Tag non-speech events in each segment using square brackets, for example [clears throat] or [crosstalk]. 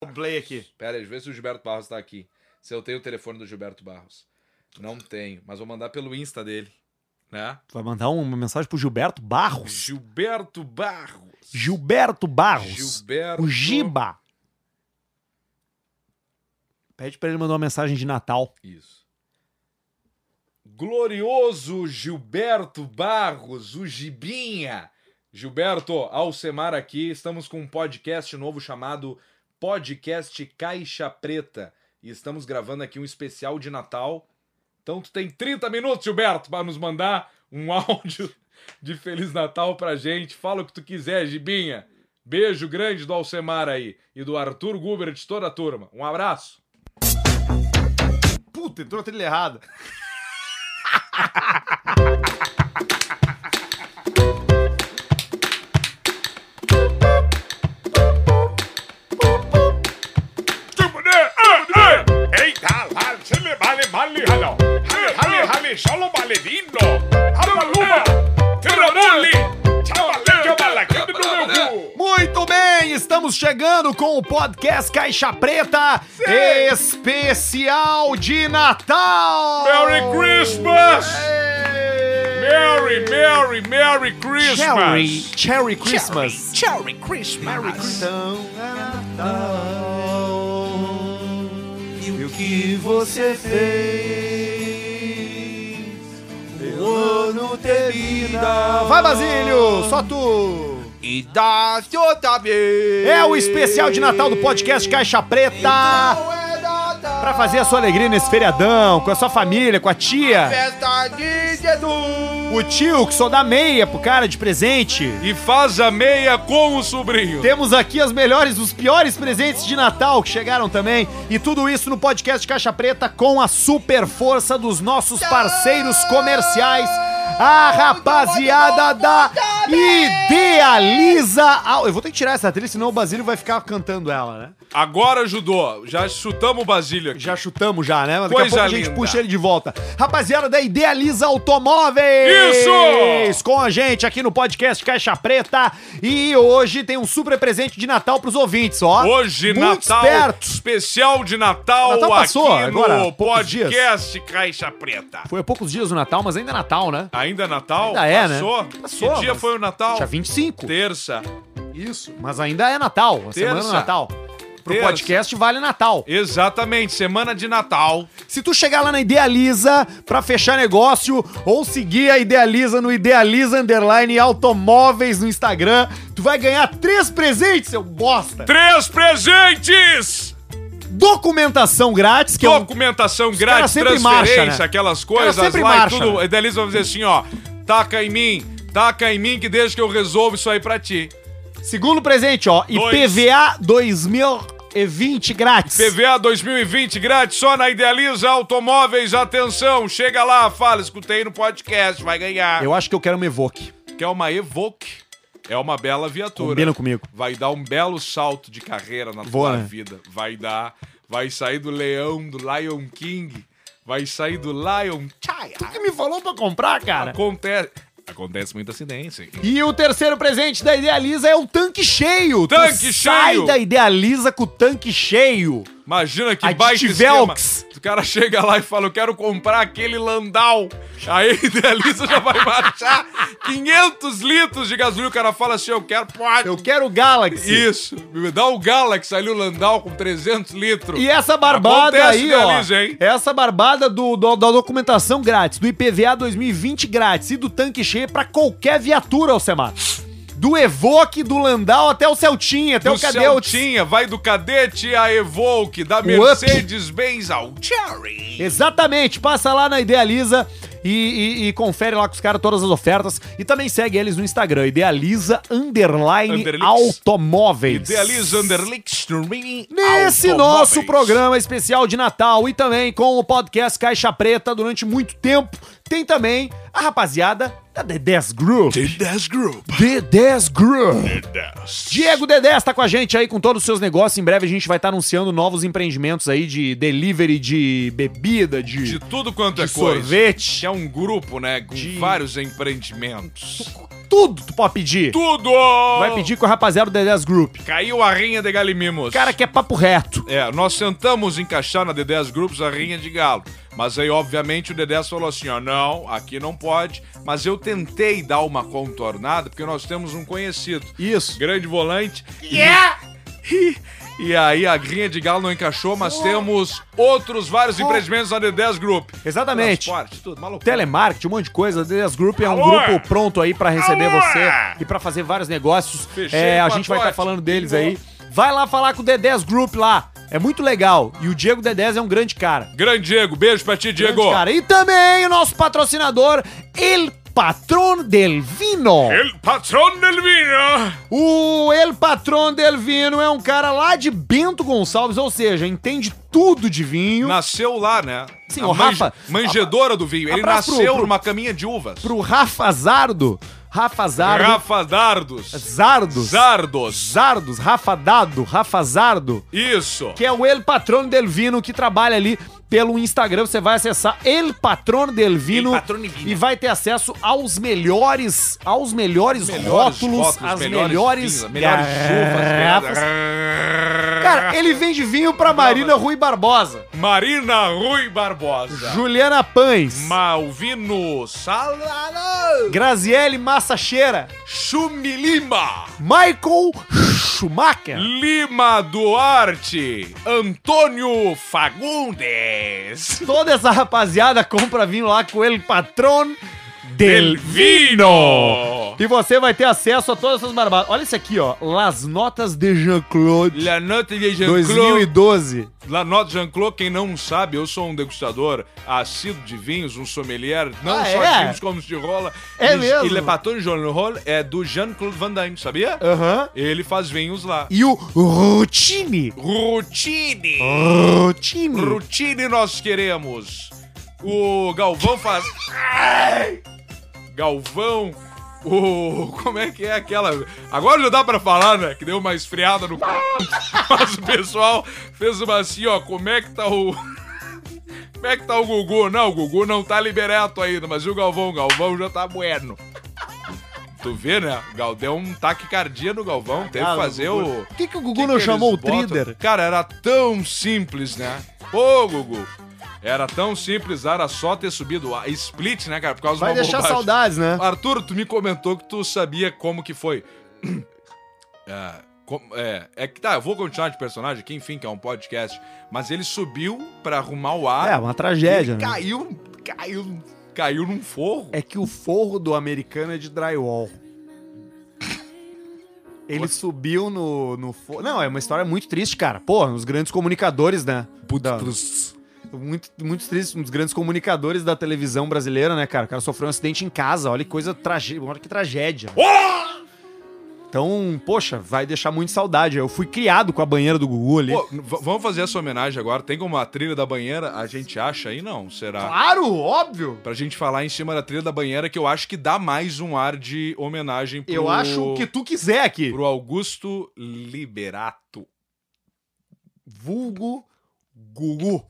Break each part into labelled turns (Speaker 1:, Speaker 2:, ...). Speaker 1: Um play aqui.
Speaker 2: Pera aí, deixa eu ver se o Gilberto Barros tá aqui. Se eu tenho o telefone do Gilberto Barros. Não tenho, mas vou mandar pelo Insta dele. Né?
Speaker 1: Vai mandar uma mensagem pro Gilberto Barros.
Speaker 2: Gilberto Barros.
Speaker 1: Gilberto Barros.
Speaker 2: Gilberto.
Speaker 1: O Giba. Pede pra ele mandar uma mensagem de Natal.
Speaker 2: Isso. Glorioso Gilberto Barros, o Gibinha. Gilberto, Alcemar aqui. Estamos com um podcast novo chamado Podcast Caixa Preta. E estamos gravando aqui um especial de Natal. Então tu tem 30 minutos, Gilberto, para nos mandar um [laughs] áudio de Feliz Natal pra gente. Fala o que tu quiser, Gibinha. Beijo grande do Alcemar aí e do Arthur Guber de toda a turma. Um abraço.
Speaker 1: Puta, entrou a trilha errada.
Speaker 3: né? Eita, lá, chile, vale, vale, hallo. Halle, halle, halle, shalom, ballerino.
Speaker 2: né?
Speaker 3: Abaluma, tiramuli, chavalejo, balacando no
Speaker 2: né?
Speaker 3: meu cu.
Speaker 1: Muito bem, estamos chegando com o podcast Caixa Preta especial de Natal.
Speaker 3: Merry Christmas!
Speaker 1: Ei.
Speaker 3: Merry, merry, merry
Speaker 1: Cherry,
Speaker 3: Christmas.
Speaker 1: Cherry Christmas.
Speaker 4: Cherry Christmas.
Speaker 1: Merry Então é Natal. E o que você fez? O ano termina. Vai, Basílio, só tu.
Speaker 4: E da outra vez.
Speaker 1: É o especial de Natal do podcast Caixa Preta. Pra fazer a sua alegria nesse feriadão, com a sua família, com a tia,
Speaker 4: Festa de Jesus.
Speaker 1: o tio que só dá meia pro cara de presente.
Speaker 2: E faz a meia com o sobrinho.
Speaker 1: Temos aqui as melhores, os piores presentes de Natal que chegaram também. E tudo isso no podcast Caixa Preta com a super força dos nossos parceiros comerciais. A rapaziada da Idealiza. Au- Eu vou ter que tirar essa trilha, senão o Basílio vai ficar cantando ela, né?
Speaker 2: Agora ajudou. Já chutamos o Basílio aqui.
Speaker 1: Já chutamos já, né? Mas Daqui
Speaker 2: Coisa
Speaker 1: a pouco a gente
Speaker 2: linda.
Speaker 1: puxa ele de volta. Rapaziada da Idealiza Automóveis!
Speaker 2: Isso!
Speaker 1: Com a gente aqui no podcast Caixa Preta. E hoje tem um super presente de Natal pros ouvintes, ó.
Speaker 2: Hoje,
Speaker 1: Muito
Speaker 2: Natal,
Speaker 1: espertos.
Speaker 2: especial de Natal,
Speaker 1: Natal passou,
Speaker 2: aqui
Speaker 1: agora, há
Speaker 2: no
Speaker 1: poucos dias.
Speaker 2: podcast Caixa Preta.
Speaker 1: Foi há poucos dias o Natal, mas ainda é Natal, né?
Speaker 2: Ainda é Natal?
Speaker 1: Ainda é, né?
Speaker 2: passou?
Speaker 1: Passou,
Speaker 2: Que dia
Speaker 1: mas-
Speaker 2: foi o Natal?
Speaker 1: Dia 25.
Speaker 2: Terça.
Speaker 1: Isso. Mas ainda é Natal, a semana do
Speaker 2: Terça.
Speaker 1: Natal. Pro
Speaker 2: Terça.
Speaker 1: podcast vale Natal.
Speaker 2: Exatamente, semana de Natal.
Speaker 1: Se tu chegar lá na Idealiza pra fechar negócio ou seguir a Idealiza no Idealiza Underline Automóveis no Instagram, tu vai ganhar três presentes, seu bosta.
Speaker 2: Três presentes!
Speaker 1: Documentação grátis, que é um...
Speaker 2: Documentação grátis,
Speaker 1: caras sempre
Speaker 2: transferência,
Speaker 1: marcha, né? caras
Speaker 2: aquelas coisas lá
Speaker 1: sempre
Speaker 2: e
Speaker 1: marcha,
Speaker 2: tudo.
Speaker 1: né?
Speaker 2: A Idealiza vai dizer assim, ó, taca em mim, taca em mim que deixa que eu resolvo isso aí pra ti.
Speaker 1: Segundo presente, ó,
Speaker 2: Dois.
Speaker 1: IPVA 2020 grátis.
Speaker 2: PVA 2020 grátis só na Idealiza Automóveis. Atenção, chega lá, fala, escutei no podcast, vai ganhar.
Speaker 1: Eu acho que eu quero uma Evoque.
Speaker 2: Que é uma Evoque. É uma bela viatura.
Speaker 1: Combina comigo.
Speaker 2: Vai dar um belo salto de carreira na
Speaker 1: Boa,
Speaker 2: tua
Speaker 1: né?
Speaker 2: vida. Vai dar. Vai sair do leão, do Lion King. Vai sair do Lion.
Speaker 1: Tu que me falou pra comprar, cara?
Speaker 2: Acontece. Acontece muita acidência. hein?
Speaker 1: E o terceiro presente da Idealiza é o tanque cheio. Tu
Speaker 2: Tanque
Speaker 1: Sai
Speaker 2: cheio.
Speaker 1: da Idealiza com o tanque cheio.
Speaker 2: Imagina que
Speaker 1: Aditivelx.
Speaker 2: baita esquema. O cara chega lá e fala, eu quero comprar aquele Landau. Aí a Idealiza já vai
Speaker 1: [laughs]
Speaker 2: baixar 500 litros de gasolina. O cara fala assim, eu quero... Pode.
Speaker 1: Eu quero o Galaxy.
Speaker 2: Isso. Me dá o Galaxy ali, o Landau com 300 litros.
Speaker 1: E essa barbada
Speaker 2: Acontece,
Speaker 1: aí,
Speaker 2: Idealiza,
Speaker 1: ó.
Speaker 2: hein?
Speaker 1: Essa barbada do, do- da documentação grátis, do IPVA 2020 grátis e do tanque cheio pra qualquer viatura, Alcemar. Do Evoque, do Landau até o Celtinha, até Então o
Speaker 2: do
Speaker 1: Cadete.
Speaker 2: Celtinha, vai do Cadete a Evoque, da
Speaker 1: O Up.
Speaker 2: Mercedes-Benz ao Cherry.
Speaker 1: Exatamente, passa lá na Idealiza e, e- e confere lá com os caras todas as ofertas e também segue eles no Instagram, Idealiza Underline
Speaker 2: Underlix.
Speaker 1: Automóveis.
Speaker 2: Idealiza Underlix Streaming
Speaker 1: Nesse
Speaker 2: Automóveis.
Speaker 1: nosso programa especial de Natal e também com o podcast Caixa Preta durante muito tempo, tem também a rapaziada da D10 Group.
Speaker 3: Das Group.
Speaker 1: D10 Group.
Speaker 3: Das.
Speaker 1: Diego Dedé tá com a gente aí com todos os seus negócios. Em breve a gente vai estar anunciando novos empreendimentos aí de delivery de bebida,
Speaker 2: De
Speaker 1: de,
Speaker 2: tudo quanto
Speaker 1: de
Speaker 2: é coisa.
Speaker 1: sorvete.
Speaker 2: É um grupo, né? Com
Speaker 1: De- [laughs]
Speaker 2: vários empreendimentos.
Speaker 1: Tudo tu pode pedir.
Speaker 2: Tudo!
Speaker 1: Vai pedir com a rapaziada do Dedés Group.
Speaker 2: Caiu a rinha de galimimos.
Speaker 1: Cara que é papo reto.
Speaker 2: É, nós tentamos encaixar na D10 Grupos a rinha de galo. Mas aí, obviamente, o D10 falou assim: ó, não, aqui não pode. Mas eu tentei dar uma contornada, porque nós temos um conhecido.
Speaker 1: Isso.
Speaker 2: Grande volante.
Speaker 1: é?
Speaker 2: E aí a rinha de galo não encaixou, mas temos outros vários empreendimentos na D10 Group.
Speaker 1: Exatamente.
Speaker 2: Transporte, tudo, maluco.
Speaker 1: telemarketing, um monte de coisa. Dedas Group é um
Speaker 3: Alô?
Speaker 1: grupo pronto aí pra receber
Speaker 3: Alô?
Speaker 1: você e pra fazer vários negócios.
Speaker 2: Fechei
Speaker 1: É,
Speaker 2: o
Speaker 1: a gente vai estar
Speaker 2: pacote.
Speaker 1: falando deles aí. Vai lá falar com o Dedés Group lá. É muito legal. E o Diego Dedés é um grande cara.
Speaker 2: Grande Diego, beijo pra ti, Diego.
Speaker 1: Grande cara. E também o nosso patrocinador, El Patrón del Vino.
Speaker 2: É.
Speaker 3: El patrón del vino.
Speaker 1: O El Patrón del Vino é um cara lá de Bento Gonçalves, ou seja, entende tudo de vinho.
Speaker 2: Nasceu lá, né?
Speaker 1: Sim,
Speaker 2: A
Speaker 1: o Rafa-
Speaker 2: Manjedora do vinho. Ele
Speaker 1: Abraço pro-
Speaker 2: nasceu
Speaker 1: pro-
Speaker 2: numa caminha de uvas.
Speaker 1: Pro Rafa Zardo. Rafa Zardo.
Speaker 2: Rafa Dardos.
Speaker 1: Zardo.
Speaker 2: Zardos.
Speaker 1: Zardos, Rafa Dado, Rafa Zardo,
Speaker 2: Isso.
Speaker 1: que é o El Patrono del Vino, que trabalha ali pelo Instagram. Você vai acessar El Patrono del Vino
Speaker 2: El Patrono del Vino.
Speaker 1: e vai ter acesso aos melhores, aos melhores, rótulos, às melhores,
Speaker 2: vinhos, melhores uvas,
Speaker 1: garrafas. Cara, é- ele vende vinho pra Marina Rui Barbosa,
Speaker 2: Marina Rui Barbosa.
Speaker 1: Juliana Pães,
Speaker 2: Malvino Salano.
Speaker 1: Graziele Massacheira,
Speaker 2: Chumilima.
Speaker 1: Michael Schumacher,
Speaker 2: Lima Duarte. Antônio Fagundes.
Speaker 1: toda essa rapaziada compra vinho lá com El Patrono del
Speaker 2: Elvino.
Speaker 1: E você vai ter acesso a todas essas barbadas. Olha isso aqui, ó. Las Notas de Jean-Claude
Speaker 2: La Notte de Jean-Claude.
Speaker 1: 2012.
Speaker 2: La Notte Jean-Claude, quem não sabe, eu sou um degustador assíduo de vinhos, um sommelier, não
Speaker 1: Ah,
Speaker 2: só
Speaker 1: é?
Speaker 2: de vinhos como de rola.
Speaker 1: É
Speaker 2: E-
Speaker 1: mesmo?
Speaker 2: E Le Patron Jean Roll é do Jean-Claude Van Damme, sabia?
Speaker 1: Aham.
Speaker 2: Ele faz vinhos lá.
Speaker 1: E o Routine.
Speaker 2: Routine!
Speaker 1: Routine.
Speaker 2: Routine nós queremos. O Galvão faz... Ai! Galvão... O... Como é que é aquela... Agora já dá pra falar, né? Que deu uma esfriada no... c****. Mas o pessoal fez uma assim, ó... Como é que tá o... Como é que tá o Gugu? Não, o Gugu não tá liberado ainda, mas e o Galvão? O Galvão já tá bueno. Tu vê, né? O Gal deu um taquicardia no Galvão, teve que fazer o...
Speaker 1: Por que, que o Ah, Gugu
Speaker 2: Que
Speaker 1: não
Speaker 2: que
Speaker 1: chamou o
Speaker 2: eles botam?
Speaker 1: Trider?
Speaker 2: Cara, era tão simples, né? Ô, Gugu. Era tão simples, era só ter subido a split, né, cara? Por causa
Speaker 1: Vai
Speaker 2: de uma
Speaker 1: deixar
Speaker 2: bobagem.
Speaker 1: saudades, né?
Speaker 2: Arthur, tu me comentou que tu sabia como que foi. [clears throat] É, com- é, é que tá, eu vou continuar de personagem aqui, enfim, que é um podcast. Mas ele subiu pra arrumar o
Speaker 1: É,
Speaker 2: ar.
Speaker 1: uma tragédia, né?
Speaker 2: Caiu, caiu, caiu num forro.
Speaker 1: É que o forro do americano é de drywall. Ele subiu no, no forro. Não, é uma história muito triste, cara. Pô, os grandes comunicadores, né? Da- Muito, muito triste, um dos grandes comunicadores da televisão brasileira, né, cara? O cara sofreu um acidente em casa, olha que coisa tragédia, olha que tragédia. né? Então, poxa, vai deixar muito saudade. Eu fui criado com a banheira do Gugu ali.
Speaker 2: Pô, v- vamos fazer essa homenagem agora. Tem como a trilha da banheira? A gente acha aí? Não, será?
Speaker 1: claro, óbvio.
Speaker 2: Pra gente falar em cima da trilha da banheira, que eu acho que dá mais um ar de homenagem pro...
Speaker 1: Eu acho o que tu quiser aqui.
Speaker 2: Pro Augusto Liberato.
Speaker 1: Vulgo Gugu.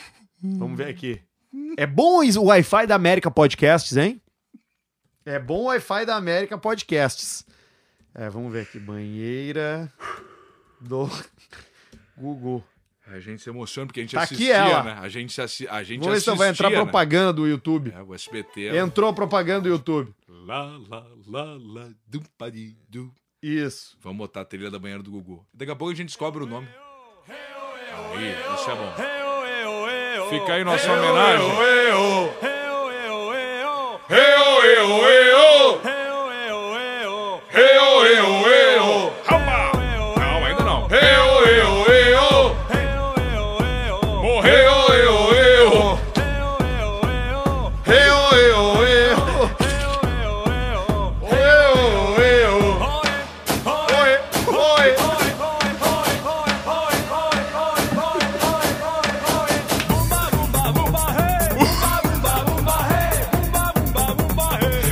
Speaker 1: [laughs] Vamos ver aqui. É bom o Wi-Fi da América Podcasts, hein? É bom o Wi-Fi da América Podcasts. É, vamos ver aqui. Banheira do [laughs] Gugu.
Speaker 2: A gente se emociona porque a gente
Speaker 1: Tá aqui
Speaker 2: assistia,
Speaker 1: ela.
Speaker 2: né? A gente, assi... a gente
Speaker 1: Vamos ver se
Speaker 2: assistia,
Speaker 1: não vai entrar
Speaker 2: né?
Speaker 1: propaganda do YouTube.
Speaker 2: É, o SBT. né?
Speaker 1: Entrou propaganda do YouTube.
Speaker 2: Lá, lá, lá, lá, dum, padi, dum.
Speaker 1: Isso.
Speaker 2: Vamos botar a trilha da banheira do Gugu. Daqui a pouco a gente descobre o nome. Aí, isso é bom. Fica aí nossa homenagem.
Speaker 3: Calma.
Speaker 2: Não, ainda não.
Speaker 3: Morreu.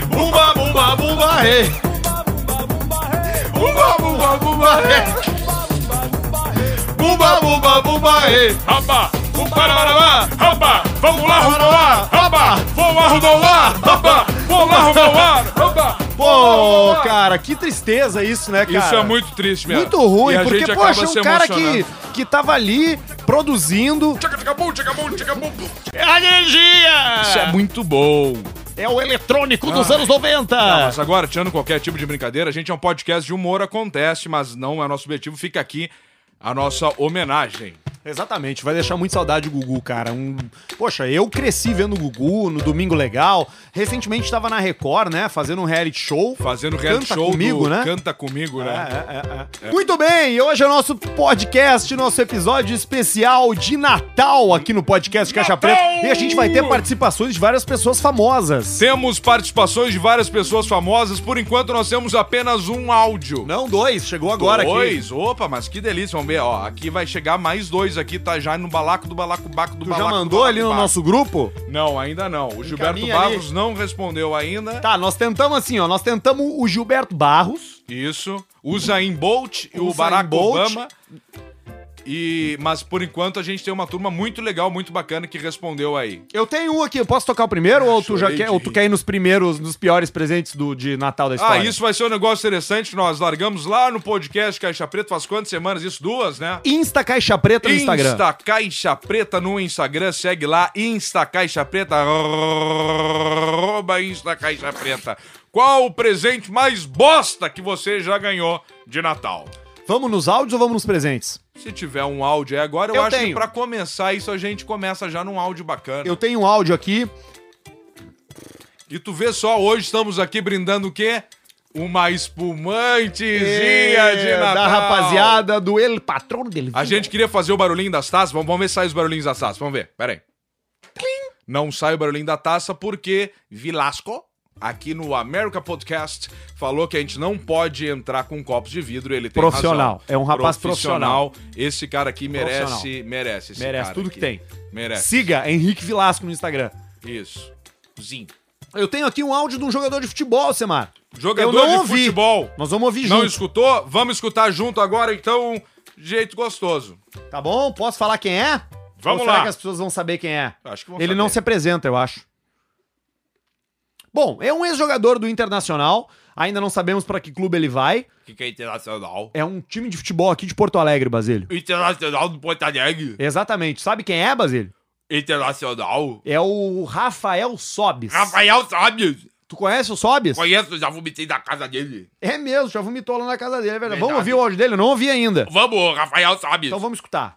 Speaker 2: Bumba, bumba, bumba, rei. Bumba, bumba, bumba, rei. Bumba, bumba, bumba, rei.
Speaker 3: Raba,
Speaker 2: Um pararabá.
Speaker 3: raba, vamos
Speaker 2: Pararabá.
Speaker 3: lá, raba, vou lá arrumar o ar, raba, vou lá arrumar o ar, raba,
Speaker 1: Pô, cara, que tristeza isso, né, cara?
Speaker 2: Isso é muito triste mesmo.
Speaker 1: Muito ruim,
Speaker 2: E a gente
Speaker 1: porque,
Speaker 2: acaba
Speaker 1: poxa,
Speaker 2: se
Speaker 1: um cara que,
Speaker 2: emocionando.
Speaker 1: que tava ali produzindo.
Speaker 2: Isso é muito bom. Tá,
Speaker 1: É o eletrônico
Speaker 2: Ah.
Speaker 1: dos anos 90.
Speaker 2: Mas agora, tirando qualquer tipo de brincadeira, a gente é um podcast de humor, acontece, mas não é nosso objetivo. Fica aqui a nossa homenagem.
Speaker 1: Exatamente, vai deixar muito saudade o Gugu, cara. Um... Poxa, eu cresci vendo o Gugu no Domingo Legal. Recentemente tava na Record, né? Fazendo um reality show.
Speaker 2: Fazendo reality
Speaker 1: Canta
Speaker 2: show
Speaker 1: comigo,
Speaker 2: do
Speaker 1: né?
Speaker 2: Canta Comigo, né?
Speaker 1: É, é, é. Muito bem, e hoje é o nosso podcast, nosso episódio especial de Natal aqui no podcast Caixa Preta. E a gente vai ter participações de várias pessoas famosas.
Speaker 2: Temos participações de várias pessoas famosas. Por enquanto, nós temos apenas um áudio.
Speaker 1: Não, dois, chegou agora aqui.
Speaker 2: dois. Opa, mas que delícia. Vamos ver, ó. Aqui vai chegar mais dois aqui, tá já no balaco do balaco baco do
Speaker 1: Tu
Speaker 2: balaco.
Speaker 1: já
Speaker 2: do
Speaker 1: mandou
Speaker 2: balaco,
Speaker 1: ali no
Speaker 2: baco.
Speaker 1: nosso grupo?
Speaker 2: Não, ainda não. O Gilberto
Speaker 1: Encaminha ali.
Speaker 2: Barros não respondeu ainda.
Speaker 1: Tá, nós tentamos assim, ó. Nós tentamos o Gilberto Barros.
Speaker 2: Isso. O Zayn Bolt e
Speaker 1: O
Speaker 2: o,
Speaker 1: Usain
Speaker 2: Barack
Speaker 1: Bolt.
Speaker 2: Obama. E, mas por enquanto a gente tem uma turma muito legal, muito bacana que respondeu aí.
Speaker 1: Eu tenho um aqui, eu posso tocar o primeiro ou tu já
Speaker 2: chorei
Speaker 1: quer,
Speaker 2: de
Speaker 1: ou tu
Speaker 2: rir.
Speaker 1: quer ir nos primeiros, nos piores presentes do, de Natal da
Speaker 2: Ah,
Speaker 1: história?
Speaker 2: isso vai ser um negócio interessante. Nós largamos lá no podcast Caixa Preta faz quantas semanas? Isso, duas, né?
Speaker 1: Insta Caixa Preta no Instagram.
Speaker 2: Insta Caixa Preta no Instagram, segue lá, Insta Caixa Preta, arroba Insta Caixa Preta. Qual o presente mais bosta que você já ganhou de Natal?
Speaker 1: Vamos nos áudios ou vamos nos presentes?
Speaker 2: Se tiver um áudio aí agora, eu,
Speaker 1: Eu
Speaker 2: acho
Speaker 1: tenho.
Speaker 2: que pra começar isso a gente começa já num áudio bacana.
Speaker 1: Eu tenho um áudio aqui.
Speaker 2: E tu vê só, hoje estamos aqui brindando o quê? Uma espumantezinha
Speaker 1: É,
Speaker 2: de Natal.
Speaker 1: Da rapaziada do El Patrão del
Speaker 2: A gente queria fazer o barulhinho das taças. Vamos, vamos ver se sai os barulhinhos das taças. Vamos ver. Pera aí. Não sai o barulhinho da taça porque Vilasco, aqui no America Podcast, falou que a gente não pode entrar com copos de vidro. Ele tem
Speaker 1: Profissional.
Speaker 2: razão.
Speaker 1: É um rapaz
Speaker 2: Esse cara aqui merece.
Speaker 1: Profissional.
Speaker 2: Merece. esse
Speaker 1: Merece
Speaker 2: cara
Speaker 1: tudo
Speaker 2: aqui.
Speaker 1: que tem.
Speaker 2: Merece.
Speaker 1: Siga Henrique Vilasco no Instagram.
Speaker 2: Isso. Zinho.
Speaker 1: Eu tenho aqui um áudio de um jogador de futebol, Semar.
Speaker 2: Jogador
Speaker 1: Eu não
Speaker 2: de
Speaker 1: ouvi.
Speaker 2: futebol.
Speaker 1: Nós vamos ouvir
Speaker 2: Não
Speaker 1: juntos.
Speaker 2: escutou? Vamos escutar junto agora, então. Jeito gostoso.
Speaker 1: Tá bom? Posso falar quem é?
Speaker 2: Vamos
Speaker 1: Ou será
Speaker 2: lá.
Speaker 1: que as pessoas vão saber quem é?
Speaker 2: Acho que vão
Speaker 1: Ele não se
Speaker 2: saber.
Speaker 1: apresenta, eu acho. Bom, é um ex-jogador do Internacional. Ainda não sabemos pra que clube ele vai.
Speaker 2: Que é internacional.
Speaker 1: É um time de futebol aqui de Porto Alegre, Basílio.
Speaker 2: Internacional do Porto Alegre.
Speaker 1: Exatamente. Sabe quem é, Basílio?
Speaker 2: Internacional.
Speaker 1: É o Rafael Sobis.
Speaker 2: Rafael Sábios.
Speaker 1: Tu conhece o Sobis?
Speaker 2: Conheço, já vomitei da casa dele.
Speaker 1: É mesmo, já vomitou lá na casa dele, é verdade.
Speaker 2: Verdade.
Speaker 1: Vamos ouvir o áudio dele? Eu não ouvi ainda.
Speaker 2: Vamos, Rafael Sábios.
Speaker 1: Então vamos escutar.